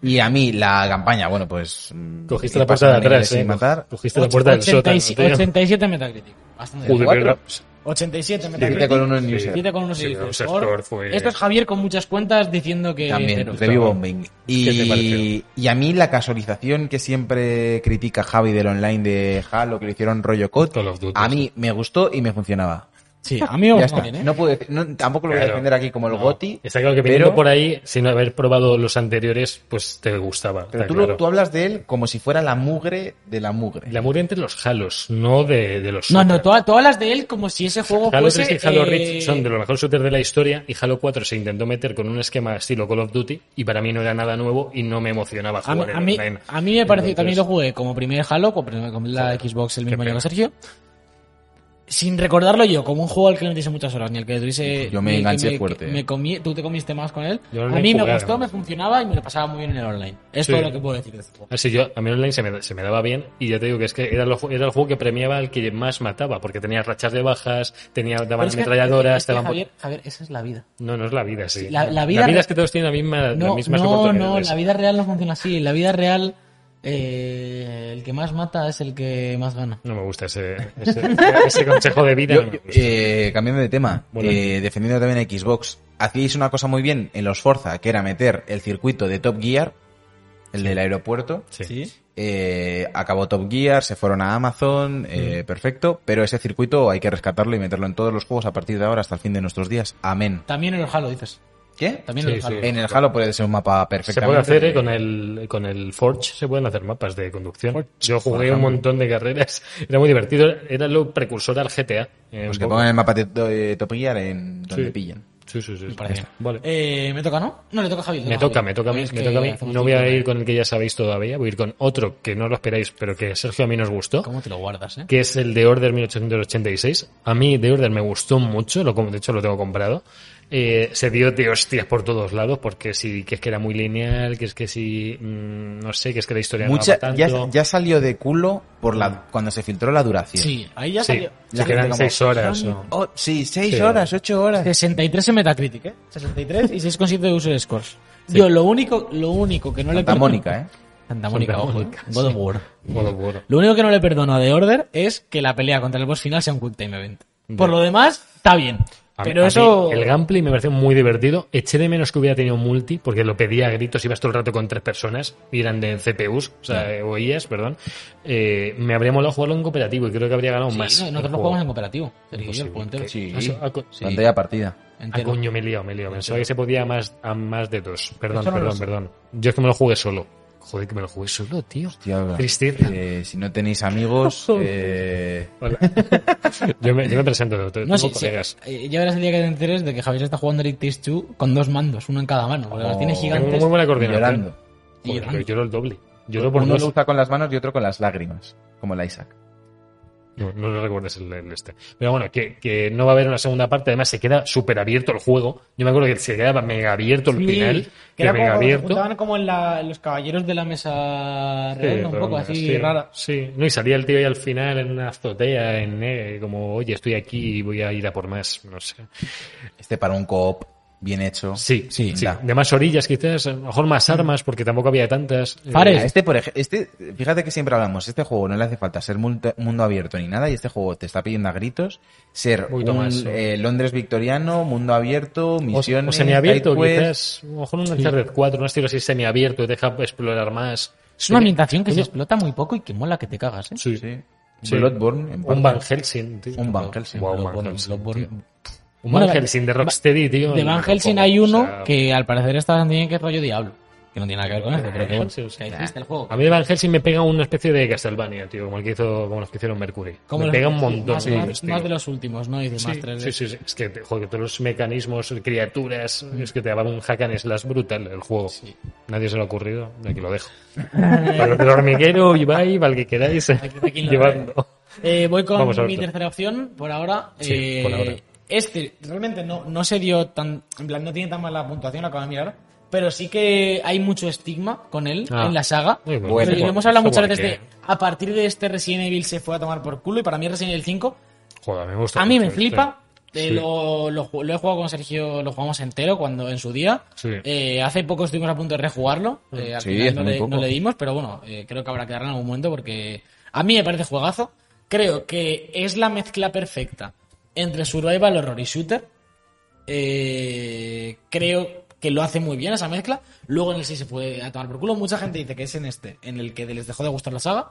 Y a mí la campaña, bueno, pues... mm, Cogiste ir la puerta de pasando niveles atrás, sin ¿eh? matar. Cogiste la puerta del sótano, 87, tío. 87 Metacritic. Bastante Joder, cuatro. pero- 87 Siete Metacritic. con uno en Sí. user. Siete con unos Sí, dice, los por- Astor fue- Esto es Javier con muchas cuentas diciendo que. También, pero- review bombing. ¿Qué te pareció? Y, y a mí la casualización que siempre critica Javi del online de Halo, que lo hicieron rollo COD, Call of Duty. a mí me gustó y me funcionaba. Sí, a mí me Ya gusta está. bien, ¿eh? No puedo decir- no- tampoco lo voy a Claro. defender aquí como el No. Goti. Está claro que viniendo pero, por ahí, sin haber probado los anteriores, pues te gustaba. pero está tú, lo- claro. tú hablas de él como si fuera la mugre de la mugre. La mugre entre los Halos, no de, de los No, shooters. no, tú, tú hablas de él como si ese juego Halo fuese... 3 y Halo eh, Reach son de los mejores shooters de la historia y Halo 4 se intentó meter con un esquema estilo Call of Duty y para mí no era nada nuevo y no me emocionaba A mí, jugar a, mí, en online. a mí me parece, Entonces, también lo jugué como primer Halo, con con la Xbox el mismo qué pena. año que Sergio. Sin recordarlo yo, como un juego al que no metiese muchas horas, ni al que tuviese... Yo me ni el que enganché que fuerte, eh. me comí- tú te comiste más con él. Yo a no mí me jugué, gustó, no. me funcionaba y me lo pasaba muy bien en el online. Es Sí. todo lo que puedo decir de este juego. Así yo, a mí online se me, se me daba bien y ya te digo que es que era, lo- era el juego que premiaba al que más mataba porque tenía rachas de bajas, tenía, daban Pero es que- ametralladoras, es que, daban... Javier, Javier, esa es la vida. No, no es la vida, sí. La- la vida- es que todos tienen la misma, No, las mismas no, no, oportunidades. la vida real no funciona así. En La vida real, eh, el que más mata es el que más gana. No me gusta ese, ese, ese consejo de vida. Yo- no me gusta. eh, cambiando de tema, Bueno. eh, defendiendo también a Xbox, hacíais una cosa muy bien en los Forza, que era meter el circuito de Top Gear, el del aeropuerto. Sí. Eh, acabó Top Gear, se fueron a Amazon, eh, Mm. perfecto, pero ese circuito hay que rescatarlo y meterlo en todos los juegos a partir de ahora hasta el fin de nuestros días. Amén. También en el Halo, dices. ¿Qué? También en Sí, el Halo. sí. En el Halo puede ser un mapa Se perfectamente. puede hacer eh, de- con el con el Forge, se pueden hacer mapas de conducción. Forge, Yo por jugué un ejemplo. montón de carreras, era muy divertido, era lo precursor al GTA. eh, un Pues que poco. pongan el mapa de, de Top Gear en donde Sí. pillen. Sí, sí, sí. Me parece bien. Vale. Eh, ¿Me toca, no? No, le toca a Javier. le me a toca, Javier. me toca a mí, Es me que toca a mí. hacemos ¿eh? No un voy a tiempo ir de- con el que ya sabéis todavía, voy a ir con otro que no lo esperáis, pero que Sergio a mí nos gustó. ¿Cómo te lo guardas, eh? que es el de Order 1886. A mí de Order me gustó mucho, lo, com- de hecho lo tengo comprado. Eh, se dio de hostias por todos lados, porque sí, que es que era muy lineal, que es que sí, mm, no sé, que es que la historia Mucha, no daba ya, tanto. ya salió de culo por la cuando se filtró la duración. Sí, ahí ya Sí, salió. se La gente quedan como, seis horas. "Son- ¿no? oh, sí, seis Sí. horas, ocho horas. 63 en Metacritic, ¿eh? 63 y 6,7 de user scores. Yo lo único, lo único que no le Santa perdono... Mónica, ¿eh? Santa Mónica, Santa ojo. ¿eh? Mónica, God of War. Bueno, bueno. Lo único que no le perdono a The Order es que la pelea contra el boss final sea un quick time event. Por Ya. lo demás, está bien. A mí- Pero a mí eso... el gameplay me pareció muy divertido. Eché de menos que hubiera tenido multi, porque lo pedía a gritos, ibas todo el rato con tres personas, y eran de CPUs, o sea, o IAs, perdón. Eh, me habría molado jugarlo en cooperativo y creo que habría ganado Sí, más. no, el nosotros lo juego. jugamos en cooperativo. Sergio, yo, el juego entero. Sí. Ah, sí, ah, co- Sí. Pantalla partida. Ah, Entero. coño, me he liado, me he liado. Pensaba que se podía a más, a más de dos. Perdón, Eso no lo perdón, sé. perdón. Yo es que me lo jugué solo. Joder, que me lo jugué solo, tío. Hostia, Tristeza. eh, si no tenéis amigos, eh, Hola. yo, me, yo me presento. te- No, tengo sí, sí. colegas. Eh, Ya verás el día que te enteres de que Javier está jugando al It Takes Two con dos mandos, uno en cada mano, porque las Oh. tiene Tengo gigantes. muy buena coordinación. llorando. y Joder, llorando. Pues pero lloro el doble. Lloro por Uno dos. lo usa con las manos y otro con las lágrimas, como la Isaac. No, no lo recuerdes el, el este. Pero bueno, que, que no va a haber una segunda parte. Además, se queda súper abierto el juego. Yo me acuerdo que se quedaba mega abierto el Sí, final. Que era mega como, abierto. estaban como en, la- en los caballeros de la mesa Sí, redonda, un poco redonda, así sí, rara. Sí, no, y salía el tío ahí al final en una azotea, en, eh, como, oye, estoy aquí y voy a ir a por más, no sé. Este para un co-op bien hecho. Sí, sí, sí. da. De más orillas, quizás, a lo mejor más armas, porque tampoco había tantas. Eh, Fares. Mira, Este, por ej- este, fíjate que siempre hablamos, este juego no le hace falta ser multa- mundo abierto ni nada, y este juego te está pidiendo a gritos ser Muy un, Tomás, sí. eh, Londres victoriano, mundo abierto, o, misiones, o semiabierto, side quizás. quest. A lo mejor un Uncharted 4, un estilo así semiabierto, te deja explorar más. Es una ambientación que se explota muy poco y que mola que te cagas, ¿eh? Sí. Sí. Sí. Bloodborne, en Un parte. Van Helsing, tío. Un Van Helsing. Guau, Bloodborne, Van Helsing, Bloodborne. tío. Un Bueno, Van Helsing de Rocksteady, tío. De Van Helsing hay O sea, uno que al parecer está también que es rollo diablo. Que no tiene nada que ver con esto, pero que bueno, Sí, sí. que ahí existe el juego. A mí Van Helsing me pega una especie de Castlevania, tío, como el que hizo, como los que hicieron Mercury. Como me los- pega un montón. Más, de más- ellos, tío. más de los últimos, ¿no? Y de más Sí, 3D. sí, sí, sí. Es que, joder, todos los mecanismos, criaturas, Mm. es que te daban un hack and slash brutal el juego. Nadie se lo ha ocurrido, aquí lo dejo. Para el hormiguero, Ibai, para el que queráis, Aquí- aquí lo- llevando. Eh, voy con Vamos a mi verlo. tercera opción por ahora. Sí, Eh, por ahora. Este realmente no, no se dio tan. En plan, no tiene tan mala puntuación, lo acabo de mirar. Pero sí que hay mucho estigma con él Ah. en la saga. Muy bueno. Pero Bueno, hemos hablado eso muchas guay veces de. A partir de este Resident Evil se fue a tomar por culo. Y para mí, Resident Evil 5 Joder, a mí me gusta. a mí me mucho, este. flipa. sí. Eh, Sí. lo, lo ju- lo he jugado con Sergio, lo jugamos entero cuando en su día. Sí. Eh, hace poco estuvimos a punto de rejugarlo. eh, al Sí, final hace no muy le, poco. no le dimos, pero bueno, eh, creo que habrá que darle en algún momento porque a mí me parece juegazo. Creo que es la mezcla perfecta entre survival, horror y shooter. Eh, creo que lo hace muy bien esa mezcla. Luego en el 6 se puede a tomar por culo. Mucha gente dice que es en este, en el que les dejó de gustar la saga.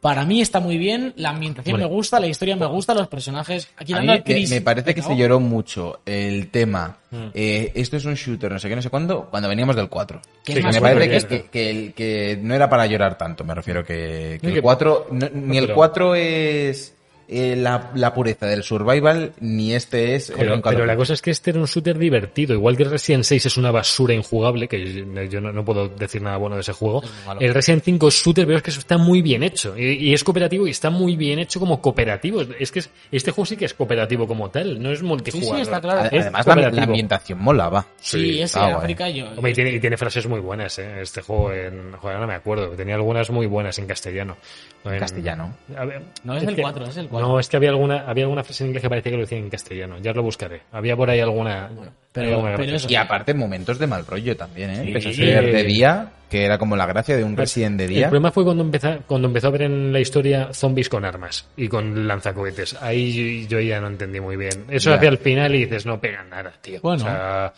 Para mí está muy bien, la ambientación Bueno. me gusta, la historia me gusta, los personajes. Aquí A mí dando al me- Chris, me parece que ¿no? se lloró mucho el tema. Mm. eh, esto es un shooter, no sé qué, no sé cuándo, cuando veníamos del 4. Que Sí, es más me sí, parece porque- que, es que, que el- que no era para llorar tanto, me refiero que, que No, el que- 4, no- ni el pero- 4 es eh, la, la pureza del survival, ni este es eh, Pero, un Call of pero la Duty. cosa es que este era un shooter divertido. Igual que Resident 6 es una basura injugable, que yo- yo no, no puedo decir nada bueno de ese juego. Es muy malo. El Resident 5 es shooter, pero es que eso está muy bien hecho. Y, y es cooperativo y está muy bien hecho como cooperativo. Es que es- este juego sí que es cooperativo como tal, no es multijugador. está claro. Ad- Es Además, la, la cooperativo. ambientación mola, va. Sí, Sí, es ah, en guay. África. Yo, Hombre, y tiene, y tiene frases muy buenas, ¿eh? Este juego, en, joder, ahora me acuerdo, tenía algunas muy buenas en castellano. En castellano. A ver, No, es del que- 4, es del 4. No, es que había alguna, había alguna frase en inglés que parecía que lo decían en castellano. Ya lo buscaré. Había por ahí alguna. pero- alguna pero graciosa. eso- Y aparte, momentos de mal rollo también, ¿eh? Sí, Pese a sí. Pues, ser de día, que era como la gracia de un Resident de El día. problema fue cuando empezó, cuando empezó a ver en la historia zombies con armas y con lanzacohetes. Ahí yo, yo ya no entendí muy bien. Eso Ya. hacia el final y dices, no pegan nada, tío. Bueno. O sea,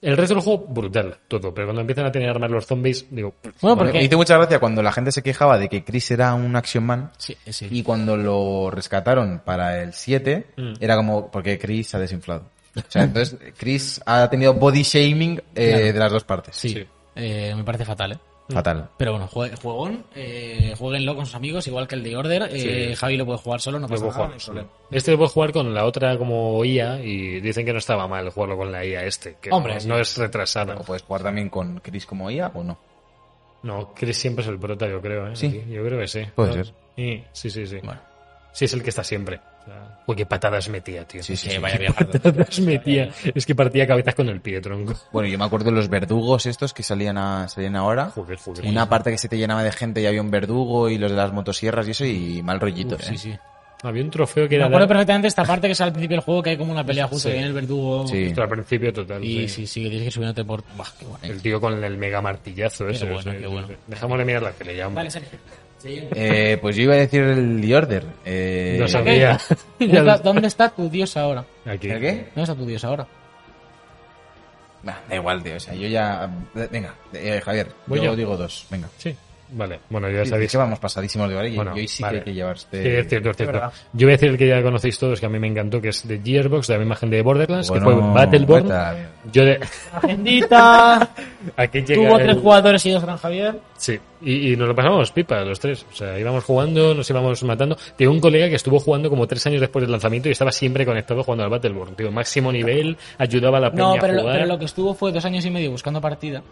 el resto del juego, brutal, todo. Pero cuando empiezan a tener armas los zombies, digo, Bueno, Bueno, Me porque. hizo mucha gracia cuando la gente se quejaba de que Chris era un Action Man. Sí, eh, sí. Y cuando lo rescataron para el 7, Mm. era como porque Chris ha desinflado. O sea, entonces Chris ha tenido body shaming eh, de las dos partes. sí. sí. Mm. Eh, me parece fatal, ¿eh? Fatal. Pero bueno, jue- juegón, eh, jueguenlo con sus amigos, igual que el de Order. eh, Sí. Javi lo puede jugar solo, no Lo pasa puedo nada. jugar, no hay sí. problema. Este lo puedo jugar con la otra como IA y dicen que no estaba mal jugarlo con la IA este, que Hombre, no, sí. no es retrasada. O puedes jugar también con Chris como IA o no. No, Chris siempre es el prota, yo creo, ¿eh? Sí. Aquí, Yo creo que sí. Puede ¿No? ser. Sí, sí, sí. sí. Bueno. Sí, es el que está siempre. O sea, uy, qué patadas metía, tío. Sí, sí, Que sí. vaya viajando. Patadas metía. Es que partía cabezas con el pie, tronco. Bueno, yo me acuerdo de los verdugos estos que salían, a- salían ahora. Joder, joder. Una parte que se te llenaba de gente y había un verdugo y los de las motosierras y eso y mal rollito. Uf, ¿eh? sí, sí. Había un trofeo que Me era acuerdo dar- perfectamente esta parte que es al principio del juego, que hay como una pelea justo, que viene el verdugo. Sí. Esto al principio total. Y sí. sí, sí, que tienes que ir subiéndote por. Buah, qué guay. El tío con el mega martillazo ese. bueno, sí, qué sí, bueno. sí. Dejámosle mirar la tele ya, hombre. Vale, Sergio. Siguiente. Eh, pues yo iba a decir el The Order. Eh, No sabía. Ya ¿Dónde- lo- ¿Dónde está tu dios ahora? Aquí. ¿El qué? ¿Dónde está tu dios ahora? Nah, da igual, tío. O sea, yo ya. Venga, eh, Javier, Voy yo yo. digo dos. Venga. Sí. Vale. Bueno, ya Sí, sabéis. es que vamos pasadísimos de hora y Bueno, y hoy sí vale. que hay que llevarse. Sí, es cierto, es cierto. Yo voy a decir el que ya conocéis todos, que a mí me encantó, que es de Gearbox, de la misma gente de Borderlands, que fue Bueno, Battleborn. vete Yo de... Agendita. Aquí llega Tuvo el- tres jugadores y dos gran Javier. Sí, y, y nos lo pasamos pipa los tres. O sea, íbamos jugando, nos íbamos matando. Tengo un colega que estuvo jugando como tres años después del lanzamiento y estaba siempre conectado jugando al Battleborn. Tío, máximo nivel, ayudaba a la peña No, pero a lo, jugar. pero lo que estuvo fue dos años y medio buscando partida.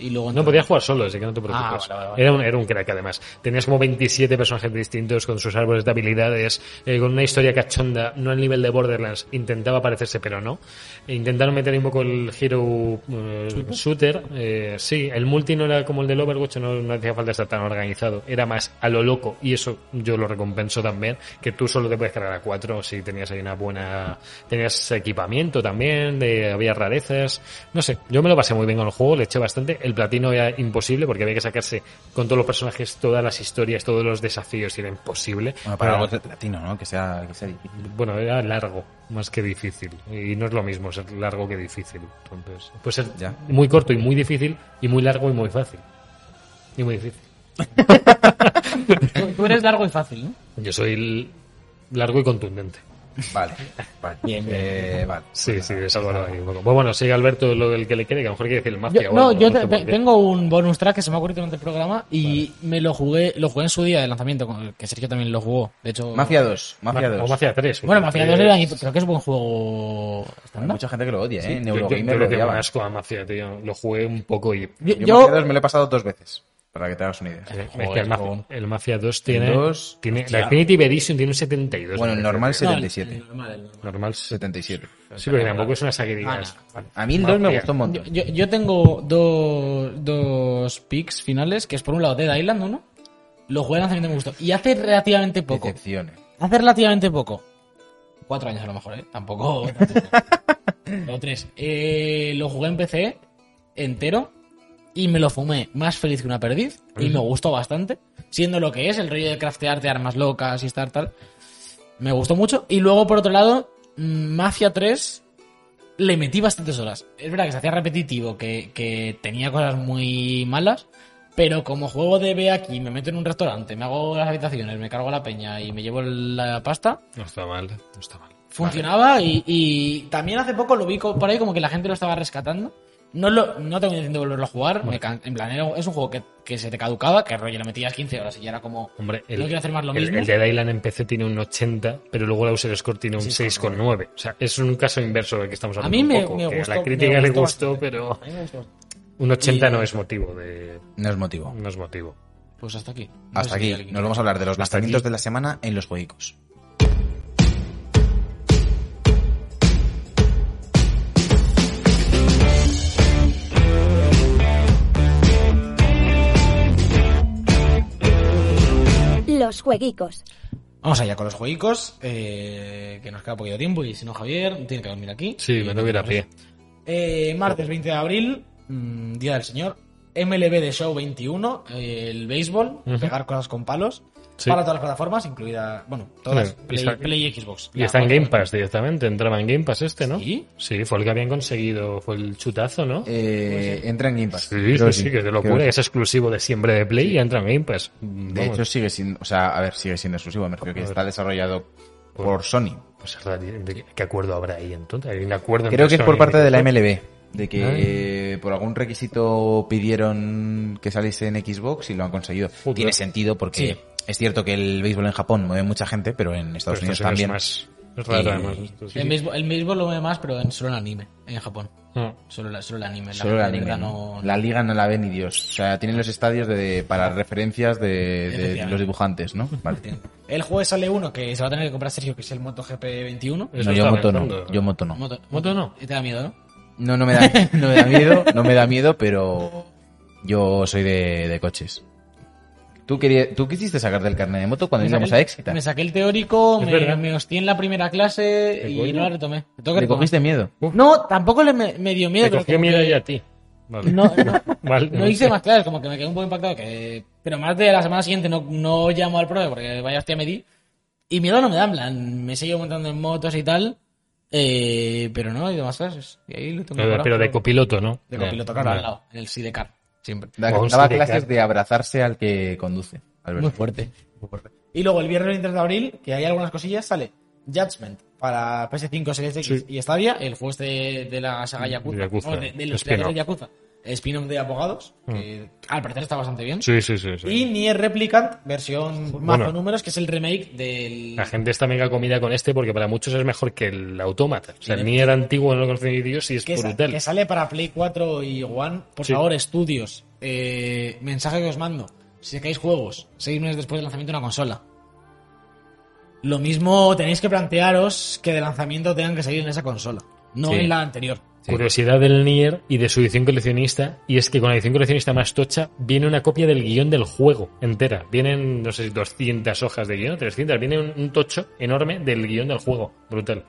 Y luego No podías jugar solo, así que no te preocupes. Ah, vale, vale, vale. Era, un, era un crack, además. Tenías como 27 personajes distintos con sus árboles de habilidades, eh, con una historia cachonda, no al nivel de Borderlands. Intentaba parecerse, pero no. E intentaron meter ahí un poco el hero eh, shooter. eh, sí, el multi no era como el del Overwatch, no, no hacía falta estar tan organizado. Era más a lo loco, y eso yo lo recompenso también, que tú solo te puedes cargar a cuatro si tenías ahí una buena... Tenías equipamiento también, de, había rarezas. No sé, yo me lo pasé muy bien con el juego, le eché bastante. El platino era imposible porque había que sacarse con todos los personajes, todas las historias, todos los desafíos, y era imposible. Bueno, Ah, para Era- algo latino, ¿no? Que sea, que sea difícil. bueno, era largo, más que difícil. Y no es lo mismo ser largo que difícil. Entonces, puede ser Ya. muy corto y muy difícil, y muy largo y muy fácil. Y muy difícil. Tú, tú eres largo y fácil, ¿no? Yo soy el largo y contundente. Vale, vale. Bien, bien. Eh, vale. Sí, sí, es algo ahí un poco. Pues bueno, sigue Alberto lo del que le quede, que a lo mejor quiere decir el mafia Yo- o no, algo, yo sé te- por te- qué. tengo un bonus track que se me ha ocurrido durante el programa y me lo jugué, lo jugué en su día de lanzamiento, con- que Sergio también lo jugó. De hecho, Mafia 2, Mafia Ma- 2. O Mafia Eh, 3. Bueno, Mafia 2 era, creo que es buen juego Hay estándar. mucha gente que lo odia, ¿eh? Yo, yo, yo Neurogamer le lo tengo un odiaba. asco a Mafia, tío. Lo jugué un poco y... eh, Yo, Yo, yo- Mafia 2 me lo he pasado dos veces, para que te hagas una idea. Es que Joder, el, Mafia, cabrón. el Mafia 2 tiene... dos, tiene hostia. la Infinity Edition tiene un 72. Bueno, el me normal parece. no, 77. el- el normal, el normal. Normal... Sí, 77. pero tampoco es una saga que digas, A mí el 2 me Mafia. gustó un Yo, montón. yo- yo tengo dos, dos picks finales, que es por un lado Dead Island 1, lo jugué de lanzamiento y me gustó. Y hace relativamente poco, Decepciones. hace relativamente poco, cuatro años a lo mejor, ¿eh? Tampoco, tampoco. o tres. Eh, lo jugué en PC entero y me lo fumé más feliz que una perdiz y me gustó bastante, siendo lo que es el rollo de craftearte armas locas y estar tal. Me gustó mucho. Y luego, por otro lado, mm, Mafia 3 le metí bastantes horas. Es verdad que se hacía repetitivo, que, que tenía cosas muy malas, Pero como juego de ve aquí, me meto en un restaurante, me hago las habitaciones, me cargo la peña y me llevo la pasta, No está mal, no está mal. funcionaba y, y también hace poco lo vi co- por ahí como que la gente lo estaba rescatando. No, lo, no tengo intención de volverlo a jugar. me can- en plan, era- es un juego que, que se te caducaba, que rollo, le metías 15 horas y ya era como... Hombre, el, no quiero hacer más lo el- mismo. el de Dylan en PC tiene un 80, pero luego la User Score tiene un 6,9. O sea, es un caso inverso del que estamos a hablando. mí un me, poco, me que gustó. A la crítica me le gustó, bastante. pero A mí me gustó. un 80 Y- no es motivo de. No es motivo. No es motivo. Pues hasta aquí. No Hasta sé si aquí. hay alguien- Nos vamos a hablar de los lanzamientos de la semana en los juegos. Los jueguicos. Vamos allá con los jueguicos, eh, que nos queda poquito tiempo y si no Javier tiene que dormir aquí. Sí, me Y- lo hubiera a pie. Eh, martes 20 de abril, mm, Día del Señor, MLB de Show 21, eh, el béisbol, Ujú. pegar cosas con palos, Sí. para todas las plataformas, incluida, bueno, todas, Bueno, y Play, está- Play y Xbox. Y La- está en Game Pass directamente, entraba en Game Pass este, ¿no? ¿Sí? Sí, fue el que habían conseguido, fue el chutazo, ¿no? Eh, entra en Game Pass. sí, Creo sí, sí, que de creo locura, sí. es exclusivo de siempre de Play y entra en Game Pass. De hecho, sigue siendo, o sea, a ver, sigue siendo exclusivo. Me refiero que Joder. está desarrollado por Sony. Pues, hasta- ¿de- de- ¿Qué acuerdo habrá ahí entonces? Hay un acuerdo Creo que entre es Sony Ah. por y parte de la Microsoft. MLB. De que eh, por algún requisito pidieron que saliese en Xbox y lo han conseguido. Joder. Tiene sentido porque Sí. es cierto que el béisbol en Japón mueve mucha gente, pero en Estados Pero esto Unidos sí que es también. más- Es raro, Y- además, esto sí. El béisbol, el béisbol lo ve más, pero en, solo en anime, en Japón. Ah. Solo, la- solo el anime. La Solo la, gente liga, gringa ¿no? no- la liga no la ve ni Dios. O sea, tienen los estadios de, para referencias de, de Efectivamente. los dibujantes, ¿no? Vale. El jueves sale uno que se va a tener que comprar Sergio, que es el MotoGP 21. Eso No, yo estaba moto no. pensando. Yo moto no. Moto, Moto no. Te da miedo, ¿no? No, no me da, no me da miedo, no me da miedo, pero yo soy de, de coches. ¿Tú, querías, ¿Tú quisiste sacarte el carnet de moto cuando Me íbamos saqué- a Éxita? Me saqué el teórico, Es me, verdad. me hostié en la primera clase ¿Qué y coño? no la retomé. Me tengo ¿Le que retomar. cogiste miedo? No, tampoco le me, me dio miedo. Te pero cogió como miedo que ahí a ti. Vale. No, no, Vale, no hice más clases, como que me quedé un poco impactado. Que, pero más de la semana siguiente no, no llamo al profe porque vaya hostia me di. Y miedo no me da, en plan, me sigo montando en motos y tal. Eh, pero no, he ido a más clases. Y ahí lo tengo Pero, parado. pero de copiloto, ¿no? De copiloto, Vale. claro, al lado, en el sidecar, siempre. Da- Vamos Daba a dedicar- clases de abrazarse al que conduce. Alberto. Muy fuerte. Y luego el viernes 23 de abril, que hay algunas cosillas, sale Judgment para PS5, Series X Sí. y Stadia, el juego este de la saga Yakuza, De Yakuza, no, de, de los spin-off. creadores de Yakuza, spin-off de abogados, que al parecer está bastante bien. Sí, sí, sí. sí. Y Nier Replicant, versión mazo Bueno. Ah, números, que es el remake del... La gente está mega comida con este porque para muchos es mejor que el Autómata. O sea, Sí, ni era antiguo, no lo conocí Dios y es que, sa- brutal. que sale para Play 4 y One. Por Sí. favor, estudios, eh, mensaje que os mando. Si sacáis juegos, seis meses después del lanzamiento de una consola. Lo mismo tenéis que plantearos que de lanzamiento tengan que salir en esa consola, no Sí. en la anterior. Curiosidad del Nier y de su edición coleccionista, y es que con la edición coleccionista más tocha viene una copia del guión del juego entera. Vienen, no sé si 200 hojas de guión, 300, viene un, un tocho enorme del guión del juego. Brutal.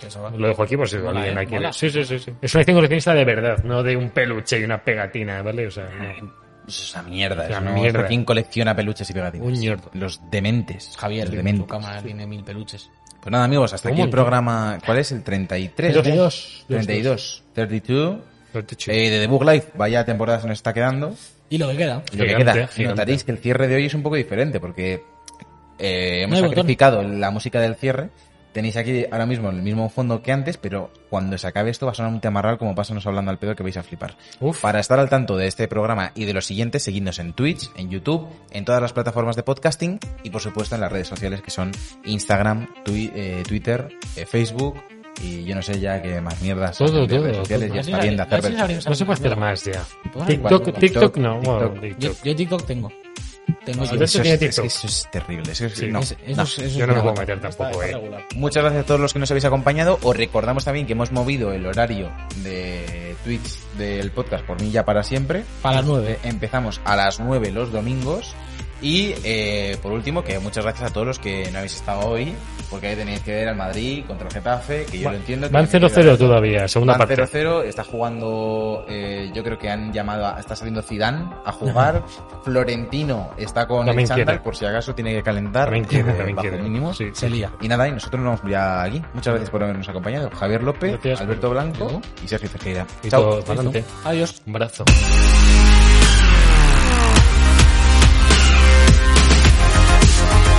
Que eso va. Lo dejo aquí por si Mola, alguien ¿eh? la quiere. Mola. Sí, sí, sí, sí. Es una edición coleccionista de verdad, no de un peluche y una pegatina, ¿vale? O sea, no. Eso es una Pues mierda. Es una eso no- mierda. eso ¿Quién colecciona peluches y pegatinas? Un ñordo. Los dementes. Javier, los tu dementes. cámara tiene mil peluches. Pues nada, amigos, hasta Un aquí el montón. programa. ¿Cuál es? El 33. 32. 32. 32. Lo te chico. Eh, de The Book Life, vaya temporada se nos está quedando. Y lo que queda. Y lo que Gigante, queda, gigante. notaréis que el cierre de hoy es un poco diferente porque eh, hemos hay botón. sacrificado la música del cierre. Tenéis aquí ahora mismo el mismo fondo que antes, pero cuando se acabe esto va a sonar un tema raro como pásanos hablando al pedo que vais a flipar. Uf. Para estar al tanto de este programa y de los siguientes, seguidnos en Twitch, en YouTube, en todas las plataformas de podcasting y por supuesto en las redes sociales que son Instagram, Twi- eh, Twitter, eh, Facebook y yo no sé ya qué más mierdas. Todo, hacen de todo, redes sociales, todo. ya Así está bien de sabría- hacer así ver- sabría usar No se puede mi hacer más ya. Pues TikTok, igual, TikTok, TikTok, no. bueno, TikTok. Yo, TikTok. yo TikTok tengo. Tengo Alberto yo. Eso tiene es, es que TikTok. eso es terrible. eso es- Sí. no, Eso- eso no. es- eso es Yo no me una puedo gota. meter Está- tampoco, está eh. regular. Muchas gracias a todos los que nos habéis acompañado. Os recordamos también que hemos movido el horario de Twitch del podcast por mí ya para siempre. Para las nueve. Eh, Empezamos a las 9 los domingos. Y eh, por último, que muchas gracias a todos los que no habéis estado hoy, porque ahí tenéis que ver al Madrid contra el Getafe, que yo lo entiendo. que Van tenéis que 0-0 ver- todavía, segunda Van parte. 0-0, está jugando, eh, yo creo que han llamado, a- está saliendo Zidane a jugar. Florentino está con También el chándal, quiere. por si acaso tiene que calentar. También quiere, eh, también bajo quiere. mínimos. Sí. Se lía. Y nada, y nosotros nos vamos ya aquí. Muchas gracias por habernos acompañado. Javier López, Gracias. Alberto Blanco y Sergio Cerqueira. Y Chao. todo para adelante. Adiós. Un abrazo. down.